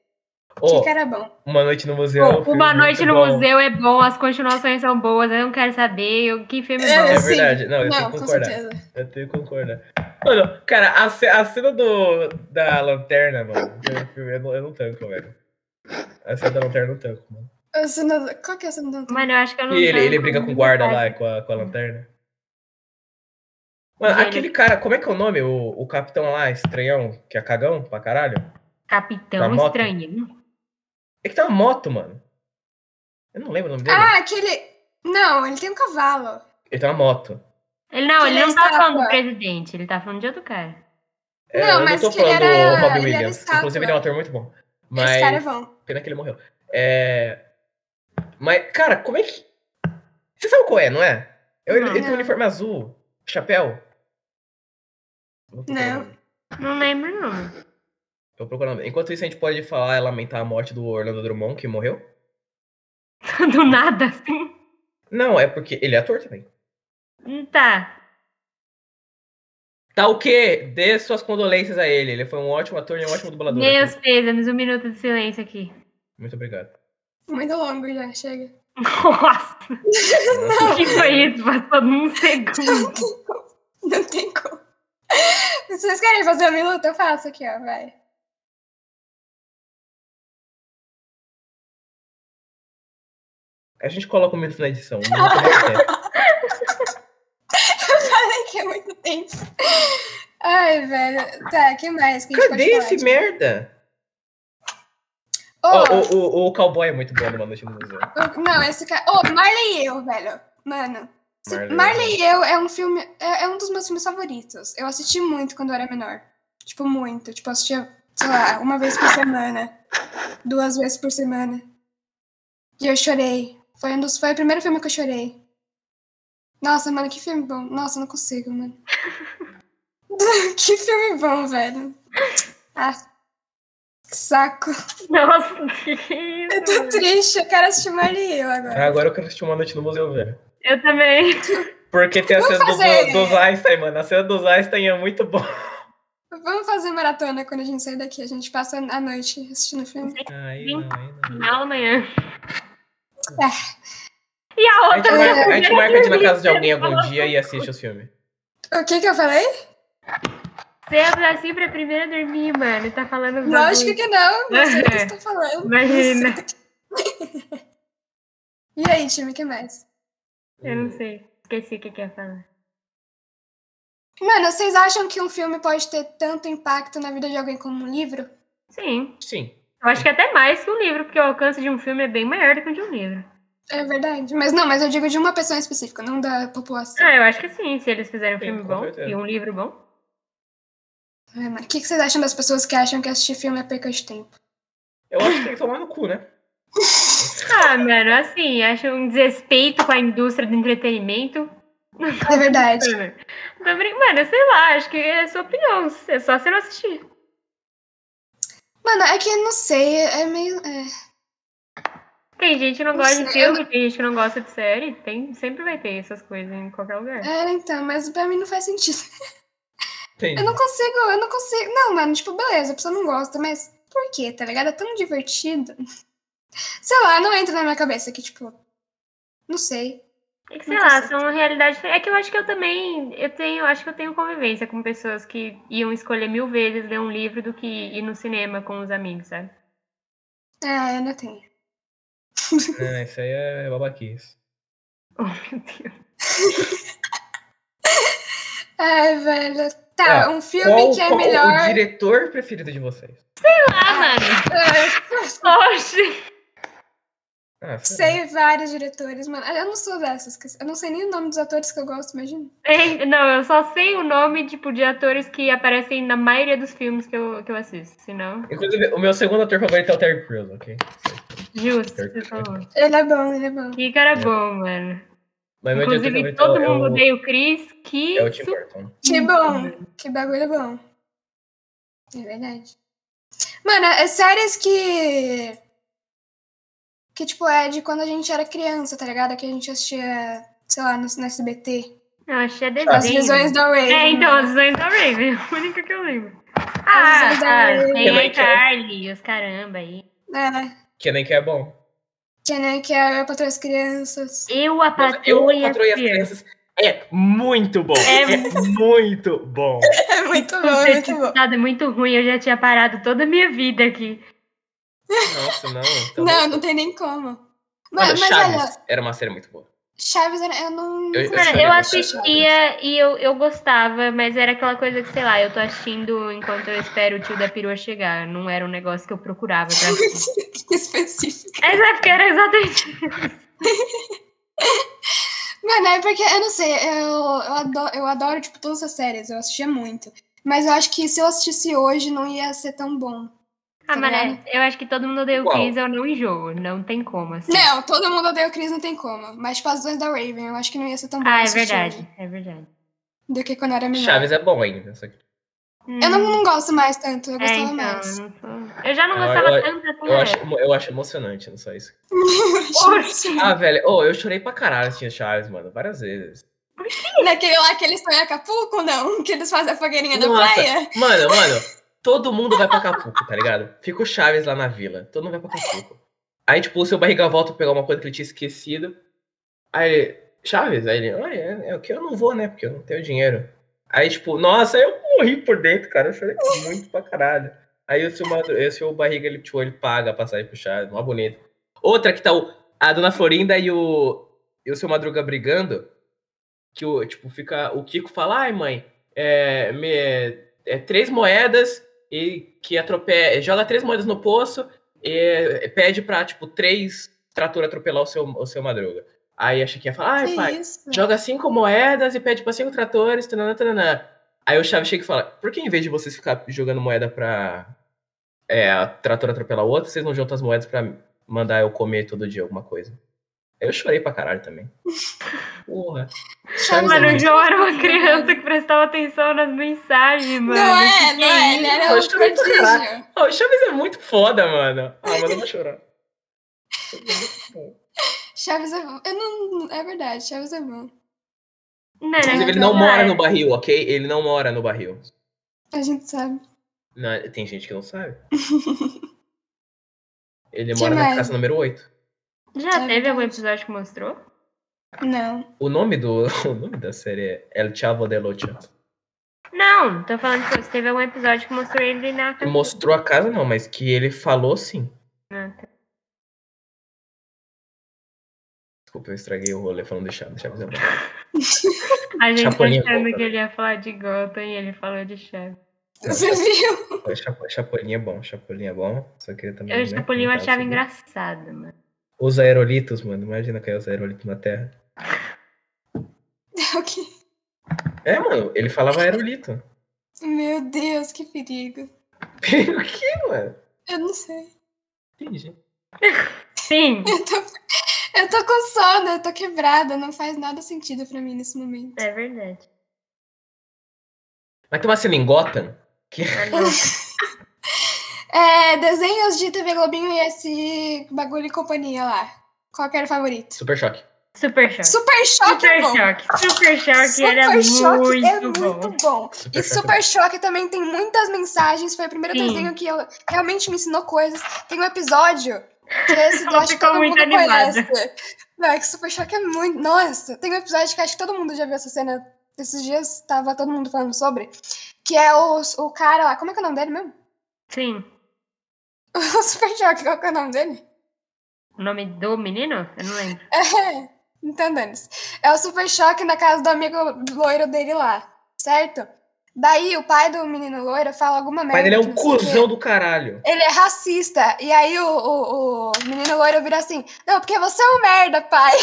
Speaker 3: Ô,
Speaker 1: Que cara bom.
Speaker 3: Uma Noite no Museu. é um
Speaker 2: Pô,
Speaker 3: filme
Speaker 2: Uma
Speaker 3: muito
Speaker 2: Noite no
Speaker 3: bom.
Speaker 2: Museu é bom, as continuações são boas, eu não quero saber eu- que filme
Speaker 1: É,
Speaker 3: É
Speaker 2: bom.
Speaker 1: sim.
Speaker 3: verdade. Não, eu tenho
Speaker 1: Não,
Speaker 3: que
Speaker 1: com
Speaker 3: concordar.
Speaker 1: certeza.
Speaker 3: Eu tenho que concordar. Mano, cara, a, ce- a cena do, da lanterna, mano, do filme, eu, não, eu não tanco, velho. A cena da lanterna eu não tanco, mano.
Speaker 1: O senador- Qual que é o senador?
Speaker 2: Mano, eu acho que eu não
Speaker 3: E ele,
Speaker 2: sei
Speaker 3: ele
Speaker 2: como
Speaker 3: briga com o
Speaker 2: que
Speaker 3: guarda
Speaker 2: faz.
Speaker 3: lá, com a, com a lanterna. Mano,
Speaker 2: Gênio.
Speaker 3: aquele cara, como é que é o nome? O, o capitão lá, estranhão, que é cagão pra caralho? Da
Speaker 2: Capitão
Speaker 3: moto?
Speaker 2: Estranho.
Speaker 3: É que tá uma moto, mano. Eu não lembro o nome dele.
Speaker 1: Ah, aquele. Não, ele tem um cavalo.
Speaker 3: Ele tá uma moto.
Speaker 2: Ele não,
Speaker 1: Que
Speaker 2: ele
Speaker 1: ele é
Speaker 2: não tá
Speaker 1: estátua.
Speaker 2: falando do presidente, ele tá falando de outro cara.
Speaker 3: É,
Speaker 1: Não,
Speaker 3: eu
Speaker 1: mas
Speaker 3: não tô
Speaker 1: que ele
Speaker 3: falando
Speaker 1: era-
Speaker 3: do Robin
Speaker 1: ele era
Speaker 3: Williams.
Speaker 1: estátua.
Speaker 3: Inclusive, ele é um ator muito bom. Mas.
Speaker 1: Esse cara é bom.
Speaker 3: Pena que ele morreu. É. Mas, cara, como é que. Você sabe qual é, não é? Eu, ele,
Speaker 2: Não.
Speaker 3: ele tem um
Speaker 1: Não.
Speaker 3: uniforme azul, chapéu. Vou procurar
Speaker 1: Não.
Speaker 3: o nome.
Speaker 2: Não lembro o nome.
Speaker 3: Vou procurar o nome. Enquanto isso, a gente pode falar e lamentar a morte do Orlando Drummond, que morreu.
Speaker 2: Tá Do nada, assim.
Speaker 3: Não, é porque ele é ator também.
Speaker 2: Hum, Tá.
Speaker 3: Tá o quê? Dê suas condolências a ele. Ele foi um ótimo ator e um ótimo dublador.
Speaker 2: Meus pêsames, um minuto de silêncio aqui.
Speaker 3: Muito obrigado.
Speaker 1: Muito longo já, chega.
Speaker 2: Nossa, o que foi isso? Passou num
Speaker 1: Não
Speaker 2: segundo.
Speaker 1: tem como. Não tem como. Se vocês querem fazer um minuto, eu faço aqui, ó, vai.
Speaker 3: A gente coloca o minuto na edição. um minuto mais tempo.
Speaker 1: Eu falei que é muito tenso. Ai, velho. Tá, que mais que a gente
Speaker 3: Cadê
Speaker 1: pode
Speaker 3: esse merda?
Speaker 1: falar?
Speaker 3: Ó,
Speaker 1: Ô,
Speaker 3: o, o, o cowboy é muito bom numa noite no museu.
Speaker 1: o- Não, esse cara... Ô, Marley e eu, velho. Mano. se-
Speaker 3: Marley e
Speaker 1: Marley,
Speaker 3: Eu.
Speaker 1: e eu é um filme... É, é um dos meus filmes favoritos. Eu assisti muito quando eu era menor. Tipo, muito. Tipo, eu assistia, sei lá, uma vez por semana. Duas vezes por semana. E eu chorei. Foi, um dos, foi o primeiro filme que eu chorei. Nossa, mano, que filme bom. Nossa, eu não consigo, mano. que filme bom, velho. Ah, que saco.
Speaker 2: Nossa, que é
Speaker 1: Eu tô
Speaker 2: isso.
Speaker 1: triste, eu quero assistir Marley e eu
Speaker 3: Ah,
Speaker 1: agora.
Speaker 3: Agora eu quero assistir uma noite no museu, velho.
Speaker 2: Eu também.
Speaker 3: Porque tem a
Speaker 1: Vamos
Speaker 3: cena do,
Speaker 1: fazer.
Speaker 3: do, dos Einstein, mano. A cena dos Einstein é muito boa.
Speaker 1: Vamos fazer maratona quando a gente sair daqui. A gente passa a noite assistindo filme.
Speaker 3: Aí não, aí não.
Speaker 2: Não, amanhã.
Speaker 1: É.
Speaker 2: E a
Speaker 3: A gente
Speaker 2: outra?
Speaker 3: marca, a gente
Speaker 2: primeira
Speaker 3: marca de ir na
Speaker 2: entrevista,
Speaker 3: casa de alguém algum
Speaker 2: nossa.
Speaker 3: dia e assiste os filmes.
Speaker 1: O que que eu falei?
Speaker 2: Você é assim pra primeira dormir, mano. Tá falando os
Speaker 1: Lógico
Speaker 2: bagulho.
Speaker 1: que não. Não sei o que você tá falando.
Speaker 2: Imagina.
Speaker 1: E aí, time, o que mais? É.
Speaker 2: Eu não sei. Esqueci o que que eu ia falar.
Speaker 1: Mano, vocês acham que um filme pode ter tanto impacto na vida de alguém como um livro?
Speaker 2: Sim.
Speaker 3: Sim.
Speaker 2: Eu acho que até mais que um livro, porque o alcance de um filme é bem maior do que o de um livro.
Speaker 1: É verdade. Mas não, mas eu digo de uma pessoa em específico, não da população.
Speaker 2: Ah, eu acho que sim. Se eles fizerem um
Speaker 3: Sim,
Speaker 2: filme
Speaker 3: com
Speaker 2: bom
Speaker 3: certeza.
Speaker 2: e um livro bom.
Speaker 1: É, mano. O que que vocês acham das pessoas que acham que assistir filme é perca de tempo?
Speaker 3: Eu acho que tem que tomar no cu, né?
Speaker 2: Ah, mano, assim, acho um desrespeito com a indústria do entretenimento.
Speaker 1: É verdade.
Speaker 2: Tô brin- Mano, sei lá, acho que é sua opinião. É só você não assistir.
Speaker 1: Mano, é que eu não sei, é meio. é.
Speaker 2: Tem gente que não
Speaker 1: Não
Speaker 2: gosta de
Speaker 1: sei, eu
Speaker 2: filme, tem gente que não gosta de série. Tem... Sempre vai ter essas coisas em qualquer lugar.
Speaker 1: É, então, mas pra mim não faz sentido.
Speaker 3: Tem.
Speaker 1: Eu não consigo, eu não consigo. Não, mano, tipo, beleza, a pessoa não gosta, mas por quê, tá ligado? É tão divertido. Sei lá, não entra na minha cabeça que, tipo. Não sei.
Speaker 2: É que, sei
Speaker 1: Muito
Speaker 2: lá,
Speaker 1: certo.
Speaker 2: são realidades. É que eu acho que eu também. Eu tenho, acho que eu tenho convivência com pessoas que iam escolher mil vezes ler um livro do que ir no cinema com os amigos, sabe?
Speaker 1: É, eu não tenho.
Speaker 3: Não, isso aí é babaquice.
Speaker 2: Oh, meu Deus.
Speaker 1: Ai, velho. Tá,
Speaker 3: Ah,
Speaker 1: um filme
Speaker 3: Qual,
Speaker 1: que é
Speaker 3: qual o
Speaker 1: melhor.
Speaker 3: diretor preferido de vocês?
Speaker 2: Ah, mano!
Speaker 1: Ah,
Speaker 2: Oxi!
Speaker 3: Ah,
Speaker 1: sei vários diretores, mano. Eu não sou dessas. que- Eu não sei nem o nome dos atores que eu gosto, imagina.
Speaker 2: Ei, Não, eu só sei o nome tipo, de atores que aparecem na maioria dos filmes que eu, que eu assisto, senão.
Speaker 3: Inclusive, o meu segundo ator favorito é o Terry Crews, ok?
Speaker 2: Justo, você falou.
Speaker 1: Ele é bom, ele é bom.
Speaker 2: Que cara bom, mano.
Speaker 3: Mas meu
Speaker 2: Inclusive,
Speaker 3: diretor favorito
Speaker 2: todo
Speaker 3: é
Speaker 2: mundo
Speaker 3: o,
Speaker 2: odeia o Chris. Que.
Speaker 3: é o Tim
Speaker 2: su-
Speaker 3: Burton.
Speaker 1: Que bom. Que bagulho bom. É verdade. Mano, é séries que. Que, tipo, é de quando a gente era criança, tá ligado? Que a gente assistia, sei lá, no, no SBT.
Speaker 2: Não, achei
Speaker 1: As
Speaker 2: desenho.
Speaker 1: visões da Raven.
Speaker 2: É, então, as
Speaker 1: mano.
Speaker 2: visões da Raven, a única que eu lembro. Ah,
Speaker 1: visões da
Speaker 2: ah
Speaker 1: Raven.
Speaker 2: tem
Speaker 3: Também
Speaker 2: a
Speaker 3: que é.
Speaker 2: Carly, os caramba aí.
Speaker 1: É.
Speaker 3: Que nem que é bom.
Speaker 1: Que, né, que é eu patroa as crianças.
Speaker 2: Eu, a
Speaker 3: Nossa, eu
Speaker 2: patroa e as
Speaker 3: patroei as
Speaker 2: crianças.
Speaker 3: crianças. É muito bom.
Speaker 2: É
Speaker 3: É muito bom.
Speaker 1: É muito bom,
Speaker 2: Nossa,
Speaker 1: é muito
Speaker 2: Esse
Speaker 3: tá
Speaker 1: bom.
Speaker 2: estado é muito ruim, eu já tinha parado toda a minha vida aqui.
Speaker 3: Nossa, não. tá
Speaker 1: Não,
Speaker 3: bom.
Speaker 1: não tem nem como.
Speaker 3: Mano,
Speaker 1: Mas, mas
Speaker 3: Chaves
Speaker 1: olha,
Speaker 3: era uma série muito boa.
Speaker 1: Chaves, eu eu não.
Speaker 3: Eu- eu
Speaker 1: consigo
Speaker 2: Cara,
Speaker 3: chorei
Speaker 2: eu
Speaker 3: com
Speaker 2: assistia e eu, eu gostava, mas era aquela coisa que, sei lá, eu tô assistindo enquanto eu espero o tio da perua chegar. Não era um negócio que eu procurava pra assistir.
Speaker 1: específico.
Speaker 2: Mas é porque era exatamente isso.
Speaker 1: Mano, é porque, eu não sei, eu, eu, adoro, eu adoro, tipo, todas as séries, eu assistia muito. Mas eu acho que se eu assistisse hoje, não ia ser tão bom.
Speaker 2: Ah, mano,
Speaker 1: Tá
Speaker 2: é, eu acho que todo mundo odeia o
Speaker 3: Qual?
Speaker 2: Chris, eu não enjoo, não tem como, assim.
Speaker 1: Não, todo mundo odeia o Chris, não tem como. Mas, tipo, as duas da Raven, eu acho que não ia ser tão bom
Speaker 2: Ah, é
Speaker 1: assistir
Speaker 2: verdade,
Speaker 1: hoje
Speaker 2: é verdade.
Speaker 1: do que quando eu era menor.
Speaker 3: Chaves é bom ainda. Só que
Speaker 1: Eu não,
Speaker 2: Hum.
Speaker 1: não gosto mais tanto, eu
Speaker 2: É,
Speaker 1: gostava
Speaker 2: então,
Speaker 1: mais.
Speaker 2: eu, não sou- eu já não
Speaker 3: Eu-
Speaker 2: gostava
Speaker 3: Ah, eu-
Speaker 2: tanto assim.
Speaker 3: eu,
Speaker 2: né?
Speaker 3: acho, emo- eu acho emocionante, não só isso.
Speaker 1: Poxa.
Speaker 3: Ah, velho, oh, eu chorei pra caralho assistindo Chaves, mano, várias vezes.
Speaker 1: Naquele lá que eles estão em Acapulco, não? Que eles fazem a fogueirinha da
Speaker 3: Nossa.
Speaker 1: praia?
Speaker 3: Mano, mano, todo mundo vai pra Acapulco, tá ligado? Fica o Chaves lá na vila. Todo mundo vai pra Acapulco. Aí, tipo, o seu barriga volta pra pegar uma coisa que ele tinha esquecido. Aí ele, Chaves? Aí ele, ah, é, é o que eu não vou, né? Porque eu não tenho dinheiro. Aí, tipo, nossa, eu morri por dentro, cara. Eu chorei muito pra caralho. Aí o seu, madru- o seu barriga, ele, tipo, ele paga a passagem pro Chaves, mó bonito. Outra que tá o, a Dona Florinda e o, e o seu Madruga brigando. Que o, tipo, fica. O Kiko fala, ai, mãe, é, me, é, três moedas e que atropela, joga três moedas no poço e pede pra, tipo, três trator atropelar o seu, o seu madruga. Aí a Chiquinha fala, ai,
Speaker 1: Que
Speaker 3: pai,
Speaker 1: isso?
Speaker 3: joga cinco moedas e pede pra cinco tratores, tananã, tananã. Aí o Chaves chega e fala, por que em vez de vocês ficar jogando moeda pra é, a trator atropelar o outro, vocês não juntam as moedas pra mandar eu comer todo dia alguma coisa? Eu chorei pra caralho também. Porra. Chaves é
Speaker 2: Mano,
Speaker 3: muito-
Speaker 2: o João era uma criança que prestava atenção nas mensagens, mano.
Speaker 1: Não
Speaker 2: Que
Speaker 1: é,
Speaker 2: que
Speaker 1: não é, ele era
Speaker 3: Eu
Speaker 1: um
Speaker 3: acho que eu tô
Speaker 1: prodígio.
Speaker 3: Ah, o Chaves é muito foda, mano. Ah, mas eu vou chorar.
Speaker 1: É, Chaves é bom. Eu não... É verdade, Chaves é bom.
Speaker 2: Não, é.
Speaker 3: Inclusive, ele
Speaker 1: é.
Speaker 3: não mora no barril, ok? Ele não mora no barril.
Speaker 1: A gente sabe.
Speaker 3: Não, tem gente que não sabe. Ele
Speaker 1: Que
Speaker 3: mora na
Speaker 1: mais?
Speaker 3: casa número 8.
Speaker 1: Tá
Speaker 2: Já teve algum episódio que mostrou?
Speaker 1: Não.
Speaker 3: O nome, do, o nome da série é El Chavo de Lucha.
Speaker 2: Não, tô falando que teve algum episódio que mostrou ele na
Speaker 3: Que mostrou a casa, não, mas que ele falou sim.
Speaker 2: Ah,
Speaker 3: Desculpa, eu estraguei o rolê falando de Chaves. Chaves é bom.
Speaker 2: A gente
Speaker 3: Chapolin
Speaker 2: achando
Speaker 3: volta.
Speaker 2: que ele ia falar de Gotham e ele falou de Chaves.
Speaker 1: Você viu?
Speaker 3: Chapo- Chapolin é bom, Chapolin é bom. Só queria também.
Speaker 2: Eu o
Speaker 3: né,
Speaker 2: Chapolin eu
Speaker 3: comentar
Speaker 2: achava
Speaker 3: sobre-
Speaker 2: engraçado, mano.
Speaker 3: Os aerolitos, mano. Imagina cair os aerolitos na Terra.
Speaker 1: O quê?
Speaker 3: É, mano, ele falava aerolito.
Speaker 1: Meu Deus, que perigo.
Speaker 3: Pelo que, mano?
Speaker 1: Eu não sei.
Speaker 3: Entendi.
Speaker 2: Sim,
Speaker 1: Eu tô, eu tô com sono, eu tô quebrada. Não faz nada sentido pra mim nesse momento.
Speaker 2: é verdade.
Speaker 3: Mas tem uma cena em Gotham que
Speaker 2: Mas não.
Speaker 1: É, desenhos de TV Globinho e esse bagulho e companhia lá. Qual que era o favorito?
Speaker 3: Super choque.
Speaker 2: Super choque.
Speaker 1: Super Choque é
Speaker 2: Super
Speaker 1: bom.
Speaker 2: choque. Super choque era
Speaker 1: Super Choque é muito
Speaker 2: muito bom.
Speaker 1: bom. E
Speaker 3: Super Choque é
Speaker 1: Super Choque também tem muitas mensagens. Foi o primeiro
Speaker 2: Sim.
Speaker 1: desenho que eu, realmente me ensinou coisas. Tem um episódio que esse eu
Speaker 2: Ela
Speaker 1: acho que
Speaker 2: ficou
Speaker 1: todo
Speaker 2: muito
Speaker 1: mundo
Speaker 2: animada.
Speaker 1: conhece. Não, é que Super Choque é muito. Nossa, tem um episódio que acho que todo mundo já viu essa cena. Esses dias tava todo mundo falando sobre. Que é o, o cara lá. Como é que é o nome dele mesmo?
Speaker 2: Sim.
Speaker 1: O Super Choque, qual que é o nome dele?
Speaker 2: O nome do menino? Eu não lembro.
Speaker 1: É, entendemos. É o super choque na casa do amigo loiro dele lá, certo? Daí o pai do menino loiro fala alguma
Speaker 3: O
Speaker 1: merda.
Speaker 3: pai dele é
Speaker 1: que
Speaker 2: né?
Speaker 3: um
Speaker 1: não sei o quê.
Speaker 3: cuzão do caralho.
Speaker 1: Ele é racista. E aí o, o- o menino loiro vira assim: Não, porque você é um merda, pai.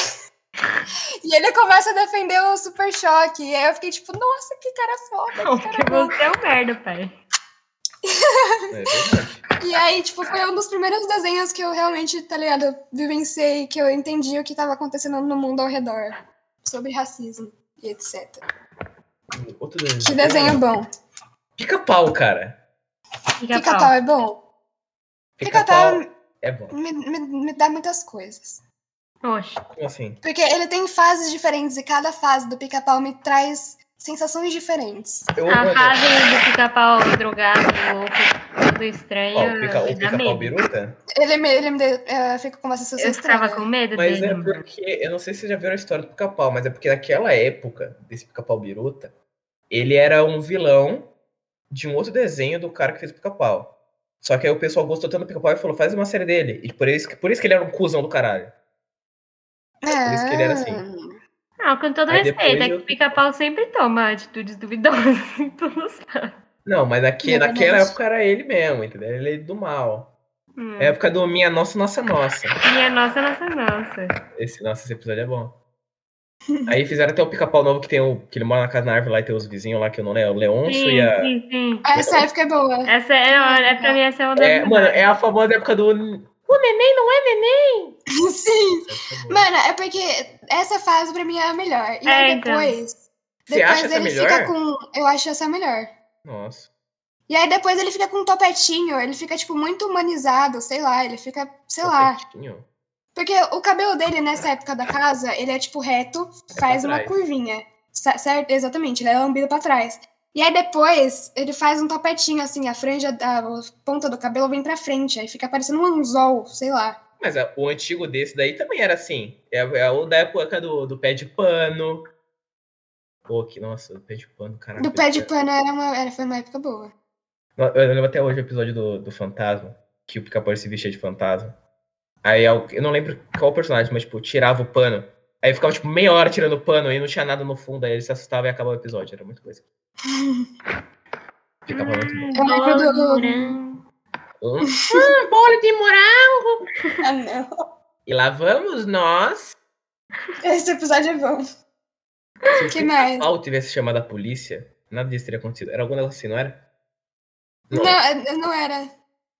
Speaker 1: E ele começa a defender o super choque. E aí eu fiquei tipo: Nossa, que cara foda,
Speaker 2: Não,
Speaker 1: que
Speaker 2: porque
Speaker 1: cara bom.
Speaker 2: você é um merda, pai.
Speaker 3: É verdade.
Speaker 1: E aí, tipo, foi um dos primeiros desenhos que eu realmente, tá ligado? Eu vivenciei, que eu entendi o que tava acontecendo no mundo ao redor sobre racismo e etc.
Speaker 3: Outro desenho.
Speaker 1: Que desenho bom.
Speaker 3: Pica-pau, cara.
Speaker 2: Fica,
Speaker 1: Pica-pau
Speaker 2: pau.
Speaker 1: é bom.
Speaker 3: Pica-pau
Speaker 1: Pica-pau
Speaker 3: é bom.
Speaker 1: me, me, me dá muitas coisas.
Speaker 2: Poxa.
Speaker 3: Como assim?
Speaker 1: Porque ele tem fases diferentes e cada fase do pica-pau me traz sensações diferentes.
Speaker 3: Eu,
Speaker 2: A
Speaker 3: mano,
Speaker 2: fase do pica-pau drogado, louco, tudo estranho.
Speaker 3: ó, o pica-
Speaker 2: me dá
Speaker 3: o pica-pau
Speaker 2: medo.
Speaker 3: biruta?
Speaker 1: Ele me, ele me de- eh, fica com uma sensação
Speaker 2: Eu um.
Speaker 1: estranha.
Speaker 2: ficava com medo
Speaker 3: Mas
Speaker 2: dele.
Speaker 3: é
Speaker 2: mano.
Speaker 3: porque, eu não sei se vocês já viram a história do pica-pau, mas é porque naquela época desse pica-pau biruta, ele era um vilão de um outro desenho do cara que fez o pica-pau. Só que aí o pessoal gostou tanto do pica-pau e falou, faz uma série dele. E por isso, que- por isso que ele era um cuzão do caralho. por isso que ele era assim.
Speaker 1: Ah,
Speaker 2: Não, com todo
Speaker 3: Aí depois
Speaker 2: respeito, é que
Speaker 3: eu-
Speaker 2: o pica-pau sempre toma atitudes duvidosas em todos os lados.
Speaker 3: Não, mas naque,
Speaker 1: Não,
Speaker 3: naquela
Speaker 1: mas-
Speaker 3: época era ele mesmo, entendeu? Ele é do mal.
Speaker 2: Hum.
Speaker 3: É a época do Minha Nossa, Nossa, Nossa.
Speaker 2: Minha nossa, nossa, nossa.
Speaker 3: Esse, nossa, esse episódio é bom. Aí fizeram até o pica-pau novo que tem o. que ele mora na casa na árvore lá e tem os vizinhos lá que eu não lembro. O Leôncio e
Speaker 2: Sim,
Speaker 3: a.
Speaker 2: sim, sim.
Speaker 1: Essa época é boa.
Speaker 2: Essa é,
Speaker 1: Ah,
Speaker 2: olha, é
Speaker 1: tá.
Speaker 2: pra mim essa é uma das
Speaker 3: É, mano,
Speaker 2: melhores.
Speaker 3: é a famosa época do. O neném não é neném!
Speaker 1: Sim. Mano, é porque essa fase pra mim é a melhor. E
Speaker 2: É,
Speaker 1: aí
Speaker 2: então.
Speaker 1: depois.
Speaker 3: Você acha
Speaker 1: depois
Speaker 3: essa
Speaker 1: ele
Speaker 3: melhor?
Speaker 1: fica com. Eu acho essa a melhor.
Speaker 3: Nossa.
Speaker 1: E aí depois ele fica com um topetinho, ele fica, tipo, muito humanizado, sei lá, ele fica,
Speaker 3: Tá
Speaker 1: sei lá.
Speaker 3: perfeitinho.
Speaker 1: Porque o cabelo dele nessa época da casa, ele é tipo reto, faz uma
Speaker 3: trás.
Speaker 1: curvinha. Cer- Certo, exatamente, ele é lambido pra trás. E aí depois ele faz um topetinho assim, a franja, da- a ponta do cabelo vem pra frente, aí fica parecendo um anzol, sei lá.
Speaker 3: Mas a- o antigo desse daí também era assim. É, é o da época do, do pé de pano. Pô, que nossa, do pé de pano, caralho.
Speaker 1: Do pé de pano era uma, era, foi uma época boa.
Speaker 3: Eu eu lembro até hoje o episódio do, do fantasma, que o pica-pau se vestia de fantasma. Aí al- eu não lembro qual personagem, mas tipo, tirava o pano. Aí ficava tipo meia hora tirando o pano e não tinha nada no fundo, aí ele se assustava e acabava o episódio, era muita coisa. Ficava muito bom.
Speaker 1: Eu lembro
Speaker 2: Bola de
Speaker 1: do-
Speaker 2: morango.
Speaker 3: Hum, bola de morar!
Speaker 1: Ah, não.
Speaker 3: E lá vamos nós.
Speaker 1: Esse episódio é bom.
Speaker 3: Se o
Speaker 1: que mais?
Speaker 3: pica-pau tivesse chamado a polícia, nada disso teria acontecido. Era algum negócio assim, não era?
Speaker 1: Não, é- não era.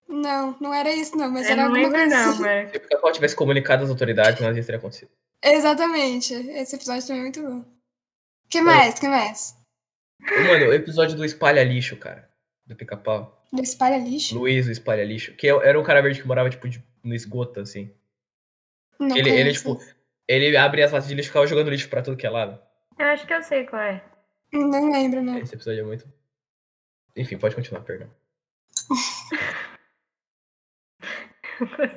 Speaker 1: Não, não era isso, não, mas
Speaker 2: Eu
Speaker 1: era
Speaker 2: não
Speaker 1: alguma
Speaker 2: lembro
Speaker 1: coisa
Speaker 2: não,
Speaker 1: assim.
Speaker 2: mano.
Speaker 3: Se o pica-pau tivesse comunicado às autoridades, nada disso teria acontecido.
Speaker 1: Exatamente. Esse episódio também é muito bom. que
Speaker 3: É.
Speaker 1: mais? que mais?
Speaker 3: Mano, o episódio do espalha lixo, cara. Do pica-pau.
Speaker 1: Do espalha lixo?
Speaker 3: Luiz, o espalha lixo, que era um cara verde que morava, tipo, de- no esgoto, assim.
Speaker 1: Não
Speaker 3: ele, ele,
Speaker 1: conheço.
Speaker 3: tipo, ele abria as latas de lixo e ficava jogando lixo pra tudo que é lado.
Speaker 2: Eu acho que eu sei qual é.
Speaker 1: Não lembro, não.
Speaker 3: Esse episódio é muito. Enfim, pode continuar, perdão.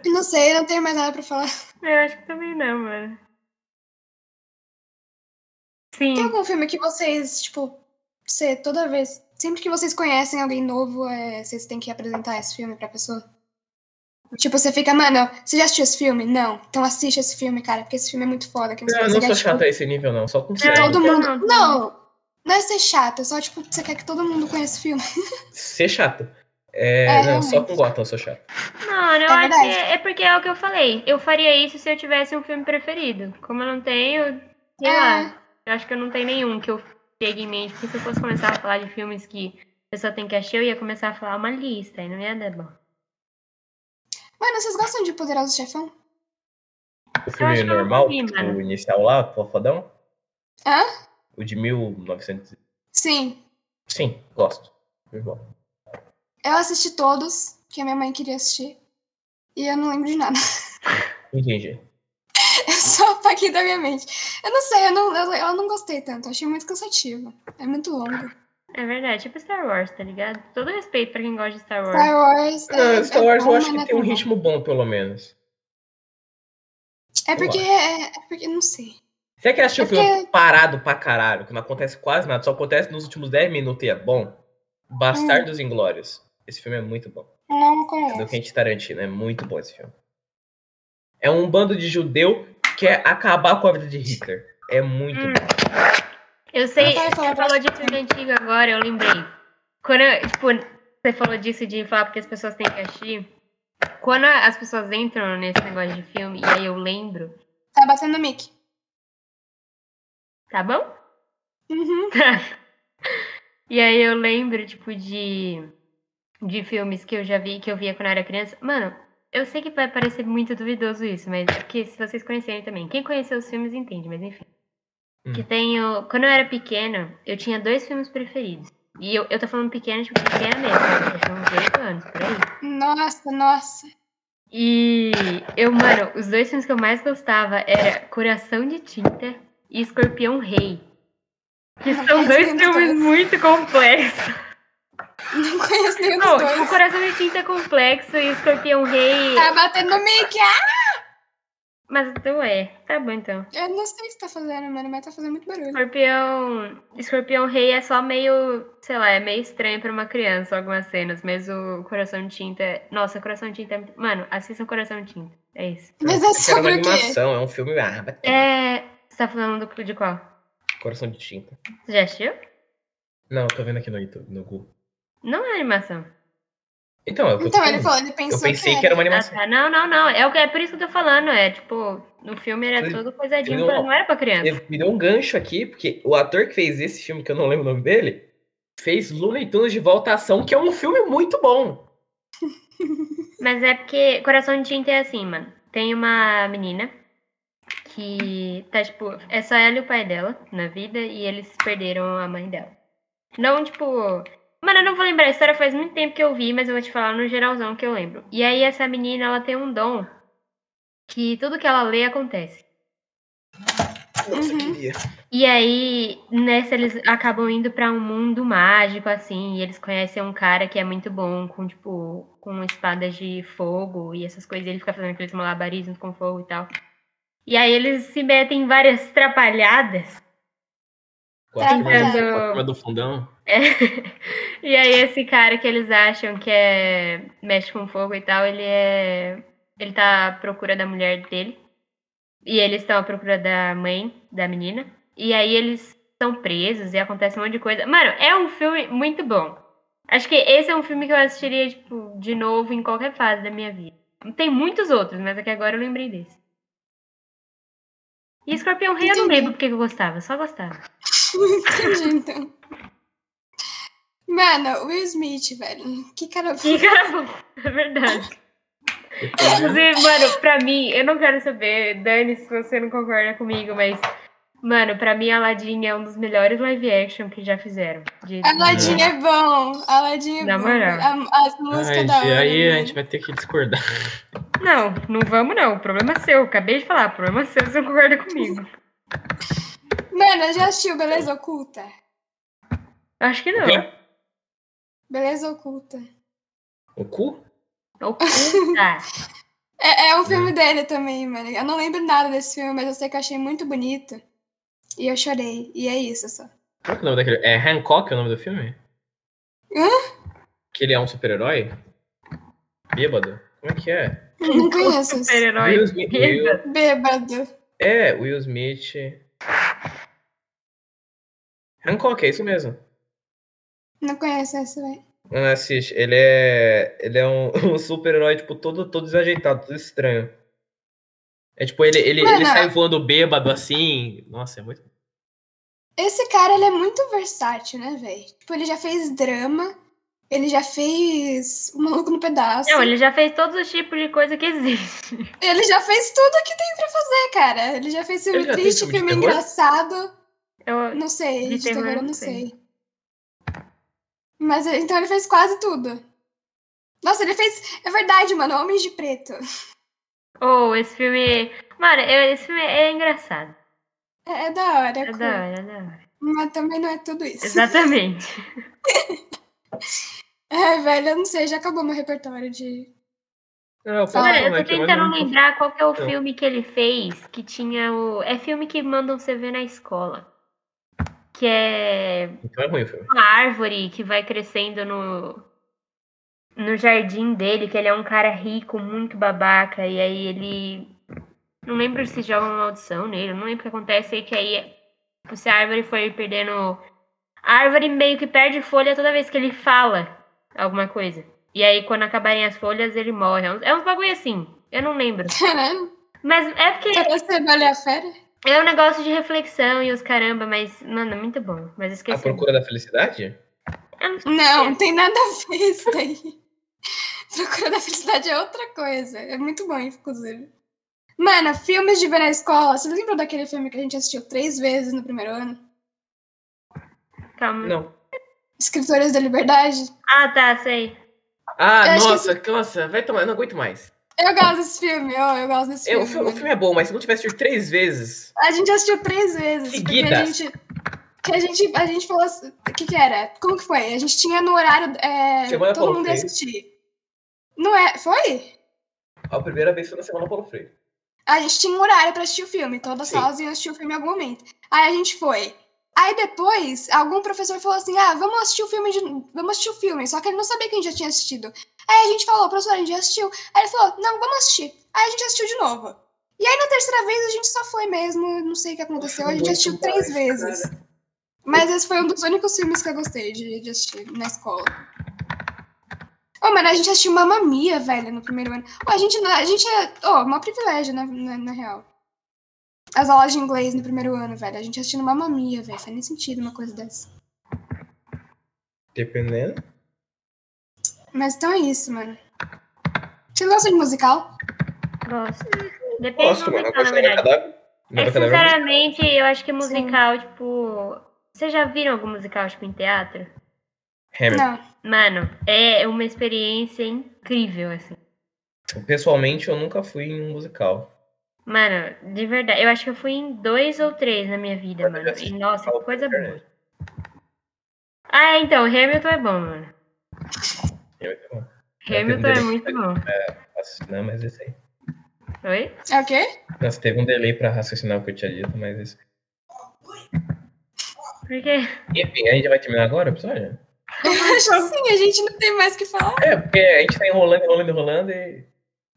Speaker 1: Não sei, eu não tenho mais nada pra falar.
Speaker 2: Eu acho que também não, mano. Sim.
Speaker 1: Tem algum filme que vocês, tipo, você toda vez. Sempre que vocês conhecem alguém novo, é, vocês têm que apresentar esse filme pra pessoa? Tipo, você fica, mano, você já assistiu esse filme? Não. Então assiste esse filme, cara, porque esse filme é muito foda. Que É, você
Speaker 3: Não, eu não
Speaker 1: consegue,
Speaker 3: sou
Speaker 1: tipo,
Speaker 3: chato a esse nível, não. Só com série.
Speaker 1: Todo
Speaker 2: Eu
Speaker 1: mundo.
Speaker 2: não,
Speaker 1: Não,
Speaker 2: tô-
Speaker 1: não. é ser chato, é só, tipo, você quer que todo mundo conheça o filme.
Speaker 3: Ser chato. É,
Speaker 1: É,
Speaker 3: não, só
Speaker 1: realmente.
Speaker 3: com Gotham eu sou chato.
Speaker 2: Mano, eu
Speaker 1: É
Speaker 2: acho que
Speaker 1: verdade.
Speaker 2: é é porque é o que eu falei. Eu faria isso se eu tivesse um filme preferido. Como eu não tenho, sei
Speaker 1: É.
Speaker 2: lá. Eu acho que eu não tenho nenhum que eu chegue em mente. Porque se eu fosse começar a falar de filmes que a pessoa tem que achar, eu ia começar a falar uma lista. E não ia dar bom.
Speaker 1: Mano, vocês gostam de Poderoso Chefão?
Speaker 3: O filme
Speaker 2: acho que eu não
Speaker 3: normal,
Speaker 2: vi,
Speaker 3: tipo,
Speaker 2: mano.
Speaker 3: o inicial lá, o fodão.
Speaker 1: Hã?
Speaker 3: O de 1900.
Speaker 1: Sim.
Speaker 3: Sim, gosto. Muito bom.
Speaker 1: Eu assisti todos, que a minha mãe queria assistir. E eu não lembro de nada.
Speaker 3: Entendi.
Speaker 1: Eu só apaguei da minha mente. Eu não sei, eu não, eu, eu não gostei tanto. Eu achei muito cansativo. É muito longo.
Speaker 2: É verdade. Tipo Star Wars, tá ligado? Todo respeito pra quem gosta de Star Wars.
Speaker 1: Star Wars.
Speaker 3: Ah, Star Wars
Speaker 1: bom,
Speaker 3: eu acho
Speaker 1: mas não
Speaker 3: que
Speaker 1: é
Speaker 3: tem um
Speaker 1: tão bom.
Speaker 3: ritmo bom, pelo menos.
Speaker 1: É porque. É, é porque. Não sei.
Speaker 3: Você quer assistir o
Speaker 1: É
Speaker 3: filme parado pra caralho, que não acontece quase nada, só acontece nos últimos 10 minutos e é bom?
Speaker 1: É.
Speaker 3: Bastardos Inglórios. Esse filme é muito bom.
Speaker 1: Não
Speaker 3: É do
Speaker 1: conheço.
Speaker 3: Quentin Tarantino, é muito bom esse filme. É um bando de judeu que quer acabar com a vida de Hitler. É muito
Speaker 2: Hum.
Speaker 3: bom.
Speaker 2: Eu sei,
Speaker 1: Eu quero falar
Speaker 2: você
Speaker 1: pra
Speaker 2: falou de filme antigo agora, eu lembrei. Quando, eu- tipo, você falou disso de falar porque as pessoas têm que assistir. Quando a- as pessoas entram nesse negócio de filme, e aí eu lembro,
Speaker 1: Tá batendo no mic.
Speaker 2: tá bom?
Speaker 1: Uhum.
Speaker 2: E aí eu lembro, tipo, de, de filmes que eu já vi, que eu via quando eu era criança. Mano, eu sei que vai parecer muito duvidoso isso, mas é porque se vocês conhecerem também. Quem conheceu os filmes entende, mas enfim.
Speaker 3: Hum.
Speaker 2: Que tenho. Quando eu era pequena, eu tinha dois filmes preferidos. E eu, eu tô falando pequena, tipo, pequena mesmo. Eu tinha uns 8 anos, por aí.
Speaker 1: Nossa, nossa.
Speaker 2: E eu, mano, os dois filmes que eu mais gostava era Coração de Tinta e Escorpião Rei. Que
Speaker 1: Não
Speaker 2: são
Speaker 1: conheço
Speaker 2: dois
Speaker 1: nenhum dos
Speaker 2: filmes
Speaker 1: dois.
Speaker 2: muito complexos.
Speaker 1: Não conheço nenhum dos
Speaker 2: Não, tipo,
Speaker 1: dois.
Speaker 2: Coração de Tinta é complexo e Escorpião Rei.
Speaker 1: Tá batendo no mic. Ah!
Speaker 2: Mas então é. Tá bom então.
Speaker 1: Eu não sei o que você tá fazendo, mano, mas tá fazendo muito barulho.
Speaker 2: Escorpião. Escorpião Rei é só meio. Sei lá, é meio estranho pra uma criança algumas cenas. Mas o Coração de Tinta. é- Nossa, Coração de Tinta é. muito- Mano, assistam Coração de Tinta. É isso.
Speaker 1: Mas é
Speaker 3: Isso era uma
Speaker 1: sobre o quê?
Speaker 3: animação, é um filme. Ah, vai ter
Speaker 2: É. Você tá falando do- de qual?
Speaker 3: coração de tinta.
Speaker 2: Você já assistiu?
Speaker 3: Não, eu tô vendo aqui no YouTube, no Google.
Speaker 2: Não é animação.
Speaker 3: Então, é o que eu tô
Speaker 1: Então, ele
Speaker 3: falando.
Speaker 1: falou, ele pensou é.
Speaker 3: Eu pensei que era uma
Speaker 2: Ah,
Speaker 3: animação.
Speaker 2: tá. Não, não, não. É, o que, é por isso que eu tô falando. É tipo, no filme era
Speaker 3: Ele-
Speaker 2: tudo coisadinho,
Speaker 3: ele
Speaker 2: pra,
Speaker 3: não-
Speaker 2: não era pra criança.
Speaker 3: Ele me deu um gancho aqui, porque o ator que fez esse filme, que eu não lembro o nome dele, fez Looney Tunes de Volta à Ação, que é um filme muito bom.
Speaker 2: Mas é porque Coração de Tinta é assim, mano. Tem uma menina que tá, tipo, é só ela e o pai dela na vida e eles perderam a mãe dela. Não, tipo. Mano, eu não vou lembrar a história, faz muito tempo que eu vi, mas eu vou te falar no geralzão que eu lembro. E aí, essa menina, ela tem um dom que tudo que ela lê acontece.
Speaker 3: Nossa, eu
Speaker 1: Uhum.
Speaker 3: queria.
Speaker 2: E aí, nessa, eles acabam indo pra um mundo mágico, assim, e eles conhecem um cara que é muito bom com, tipo, com espadas de fogo e essas coisas, e ele fica fazendo aqueles malabarismos com fogo e tal. E aí eles se metem em várias atrapalhadas.
Speaker 3: Gosto
Speaker 1: Tá
Speaker 3: mais
Speaker 2: bom.
Speaker 3: da forma do fundão.
Speaker 2: E aí esse cara que eles acham que é mexe com fogo e tal, ele é ele tá à procura da mulher dele. E eles estão à procura da mãe da menina. E aí eles são presos e acontece um monte de coisa. Mano, é um filme muito bom. Acho que esse é um filme que eu assistiria tipo de novo em qualquer fase da minha vida. Tem muitos outros, mas aqui agora eu lembrei desse. E Escorpião Rei eu não
Speaker 1: Entendi.
Speaker 2: lembro porque que eu gostava, só gostava.
Speaker 1: Entendi,
Speaker 3: um-
Speaker 1: então. Mano, Will Smith, velho. Que cara.
Speaker 2: E cara bom, é verdade. Inclusive, mano, pra mim, eu não quero saber, Dani, se você não concorda comigo, mas, mano, pra mim, Aladdin é um dos melhores live action que já fizeram. De-
Speaker 1: Aladdin é bom. Aladdin é
Speaker 2: Na
Speaker 1: bom.
Speaker 2: moral.
Speaker 1: A- As músicas
Speaker 3: Ai,
Speaker 1: da
Speaker 3: Gi,
Speaker 1: hora.
Speaker 3: aí a
Speaker 1: mano.
Speaker 3: gente vai ter que discordar.
Speaker 1: é-
Speaker 2: Não, não vamos não, o problema é seu, acabei de falar, o problema é seu, você não concorda comigo.
Speaker 1: Mano, já assistiu Beleza Oculta?
Speaker 2: Acho que
Speaker 3: O
Speaker 2: não.
Speaker 3: quê?
Speaker 1: Beleza Oculta.
Speaker 3: O cu?
Speaker 2: Então, Oculta.
Speaker 1: É, é um
Speaker 3: Hum.
Speaker 1: filme dele também, mano. Eu não lembro nada desse filme, mas eu sei que eu achei muito bonito. E eu chorei. E é isso só.
Speaker 3: Qual que é o nome daquele? É Hancock é o nome do filme?
Speaker 1: Hã?
Speaker 3: Que ele é um super-herói? Bêbado? Como é que é?
Speaker 1: Eu não conheço isso.
Speaker 2: Super-herói.
Speaker 3: Will Smith- Will-
Speaker 1: Bêbado.
Speaker 3: É, Will Smith. Hancock, é isso mesmo.
Speaker 1: Não conheço esse, velho.
Speaker 3: Não assiste. Ele é. Ele é um, um super-herói, tipo, todo, todo desajeitado, todo estranho. É tipo, ele, ele, ele
Speaker 1: Mano.
Speaker 3: sai voando bêbado assim. Nossa, é muito.
Speaker 1: Esse cara, ele é muito versátil, né, velho? Tipo, ele já fez drama. Ele já fez O Maluco no Pedaço.
Speaker 2: Não,
Speaker 1: ele...
Speaker 2: ele já fez todos os tipos de coisa que existe.
Speaker 1: já fez tudo que tem pra fazer, cara. Ele já fez filme
Speaker 3: Ele já fez
Speaker 1: triste,
Speaker 3: filme de
Speaker 1: filme
Speaker 3: terror?
Speaker 1: engraçado.
Speaker 2: Eu-
Speaker 1: Não sei,
Speaker 2: De
Speaker 1: de,
Speaker 2: terror,
Speaker 1: terror, eu
Speaker 2: eu não
Speaker 1: não
Speaker 2: sei.
Speaker 1: sei. Mas ele- então ele fez quase tudo. Nossa, ele fez. É verdade, mano. Homens de preto.
Speaker 2: Oh, esse filme... Mano, eu- esse filme é engraçado.
Speaker 1: É, é da hora, é
Speaker 2: É
Speaker 1: cool.
Speaker 2: da hora, é da hora.
Speaker 1: Mas também não é tudo isso.
Speaker 2: Exatamente.
Speaker 1: É, velho, eu não sei, já acabou meu repertório de.
Speaker 3: É, o
Speaker 1: Ah,
Speaker 2: Cara, eu
Speaker 3: né,
Speaker 2: tô
Speaker 3: que é mais ou
Speaker 2: tentando
Speaker 3: menos-
Speaker 2: lembrar qual que é o
Speaker 3: Então.
Speaker 2: filme que ele fez, que tinha o. É filme que mandam você ver na escola. Que é
Speaker 3: Então é ruim o filme.
Speaker 2: uma árvore que vai crescendo no. No jardim dele, que ele é um cara rico, muito babaca, e aí ele. Não lembro se joga uma maldição nele, não lembro o que acontece, aí que aí. Tipo, se a árvore foi perdendo. A árvore meio que perde folha toda vez que ele fala alguma coisa. E aí, quando acabarem as folhas, ele morre. É uns, é uns bagulho assim. Eu não lembro.
Speaker 1: Caralho,
Speaker 2: Mas é porque
Speaker 1: parece ser Bela e a Fera.
Speaker 2: é um negócio de reflexão e os caramba, mas, mano, é muito bom. Mas eu
Speaker 3: A
Speaker 2: esqueci.
Speaker 3: Ah, Procura da Felicidade?
Speaker 1: Não, não tem nada a ver isso daí. Procura da Felicidade é outra coisa. É muito bom, inclusive. Mano, filmes de ver na escola. Você lembra daquele filme que a gente assistiu três vezes no primeiro ano? Hum.
Speaker 2: Calma.
Speaker 3: Não.
Speaker 1: Escritores da Liberdade?
Speaker 2: Ah, tá, sei.
Speaker 3: Ah,
Speaker 1: Eu acho que
Speaker 3: nossa, que- nossa, vai tomar, eu não aguento mais.
Speaker 1: Eu gosto desse filme, eu, eu gosto desse
Speaker 3: Eu-
Speaker 1: filme.
Speaker 3: o, filme, o
Speaker 1: mano.
Speaker 3: filme é bom, mas se não tivesse tido três vezes.
Speaker 1: A gente assistiu três vezes. Porque a
Speaker 3: Seguidas.
Speaker 1: gente. Que a gente, a gente falou assim. O que, que era? Como que foi? A gente tinha no horário. é,
Speaker 3: Semana
Speaker 1: todo
Speaker 3: Paulo
Speaker 1: mundo ia
Speaker 3: Freire.
Speaker 1: assistir. Não é? Foi?
Speaker 3: A primeira vez foi na semana Paulo Freire.
Speaker 1: A gente tinha um horário pra assistir o filme. Todas
Speaker 3: Sim.
Speaker 1: nós iam assistir o filme em algum momento. Aí a gente foi. Aí depois, algum professor falou assim: ah, vamos assistir o filme de. Vamos assistir o filme. Só que ele não sabia que a gente já tinha assistido. Aí a gente falou, professor, a gente já assistiu. Aí ele falou, não, vamos assistir. Aí a gente assistiu de novo. E aí na terceira vez a gente só foi mesmo, não sei o que aconteceu. A gente
Speaker 3: Muito
Speaker 1: assistiu
Speaker 3: bom, é
Speaker 1: três
Speaker 3: cara.
Speaker 1: vezes. Mas esse foi um dos únicos filmes que eu gostei de, de assistir na escola. Ô, mano, a gente assistiu Mamma Mia, velho, no primeiro ano. Ô, a gente, a gente é. Ô, oh, maior privilégio, na, na, na real. As aulas de inglês no primeiro ano, velho. A gente assistindo Mamma Mia, velho. Faz nem sentido uma coisa dessa.
Speaker 3: Dependendo.
Speaker 1: Mas então é isso, mano. Você gosta de musical?
Speaker 2: Gosto. Depende
Speaker 3: Gosto,
Speaker 2: do
Speaker 3: mano.
Speaker 2: musical, na
Speaker 3: Eu gosto da
Speaker 2: verdade.
Speaker 3: Cadáver.
Speaker 2: É,
Speaker 3: Nova Cadáver é
Speaker 2: sinceramente, eu acho que musical, tipo. Vocês já viram algum musical, tipo, em teatro?
Speaker 3: um- Hamilton.
Speaker 1: Não.
Speaker 2: Mano, é uma experiência incrível, assim.
Speaker 3: Pessoalmente, eu nunca fui em um musical.
Speaker 2: Mano, de verdade, eu acho que eu fui em dois ou três na minha vida,
Speaker 3: Eu já
Speaker 2: mano.
Speaker 3: assisti
Speaker 2: E, nossa, que
Speaker 3: Paulo
Speaker 2: coisa
Speaker 3: Turner.
Speaker 2: boa. Ah, então, Hamilton é bom, mano.
Speaker 3: Eu- eu
Speaker 2: Hamilton é
Speaker 3: delay.
Speaker 2: muito bom.
Speaker 3: raciocinar, mas isso aí. né?
Speaker 2: Oi?
Speaker 1: É o quê?
Speaker 3: Nossa, teve um delay pra raciocinar o que eu tinha dito, mas isso.
Speaker 2: Por quê?
Speaker 3: Enfim, a gente vai terminar agora, pessoal? já?
Speaker 1: Eu acho assim, a gente não tem mais o que falar.
Speaker 3: É, porque a gente tá enrolando, enrolando, enrolando e.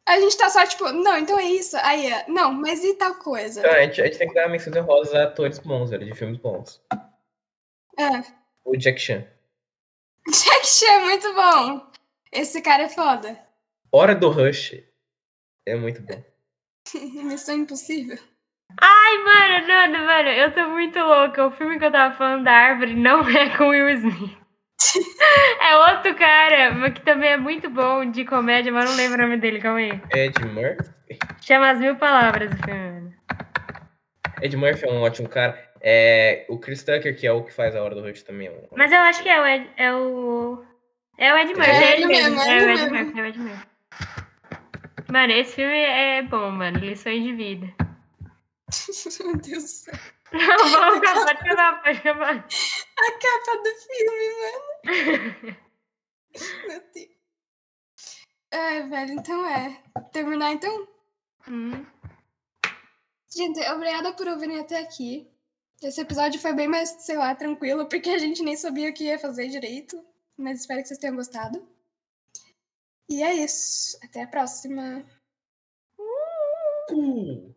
Speaker 1: A gente tá só tipo, não, então é isso. Aí, é, não, mas e tal coisa?
Speaker 3: Então, a gente, a gente tem que dar menções honrosas a atores bons, velho, de filmes bons.
Speaker 1: Ah,
Speaker 3: O Jack Chan.
Speaker 1: Jack Chan é muito bom. Esse cara é foda.
Speaker 3: Hora do Rush é muito bom.
Speaker 1: Missão impossível.
Speaker 2: Ai, mano, Nando, mano, eu tô muito louca. O filme que eu tava falando da árvore não é com Will Smith. É outro cara, mas que também é muito bom de comédia, mas eu não lembro o nome dele, calma aí.
Speaker 3: Ed Murphy.
Speaker 2: Chama as mil palavras o filme, mano.
Speaker 3: Ed Murphy é um ótimo cara. É, o Chris Tucker, que é o que faz a Hora do Rush também. É um...
Speaker 2: Mas eu acho que é o Ed. É o. É o Ed Murphy,
Speaker 1: É
Speaker 2: é
Speaker 1: ele
Speaker 2: ele mesmo.
Speaker 1: mesmo, é
Speaker 2: É o
Speaker 1: ele
Speaker 2: Ed
Speaker 1: mesmo.
Speaker 2: Murphy, é o Ed Murphy. Mano, esse filme é bom, mano. Lições de vida.
Speaker 1: Meu Deus do céu.
Speaker 2: Não, vamos acabar, pode acabar, pode acabar.
Speaker 1: É A capa do filme, mano. Meu Deus. É, velho, então é. Terminar então?
Speaker 2: Hum.
Speaker 1: Gente, obrigada por ouvirem até aqui. Esse episódio foi bem mais, sei lá, tranquilo, porque a gente nem sabia o que ia fazer direito. Mas espero que vocês tenham gostado. E é isso. Até a próxima.
Speaker 3: Cool.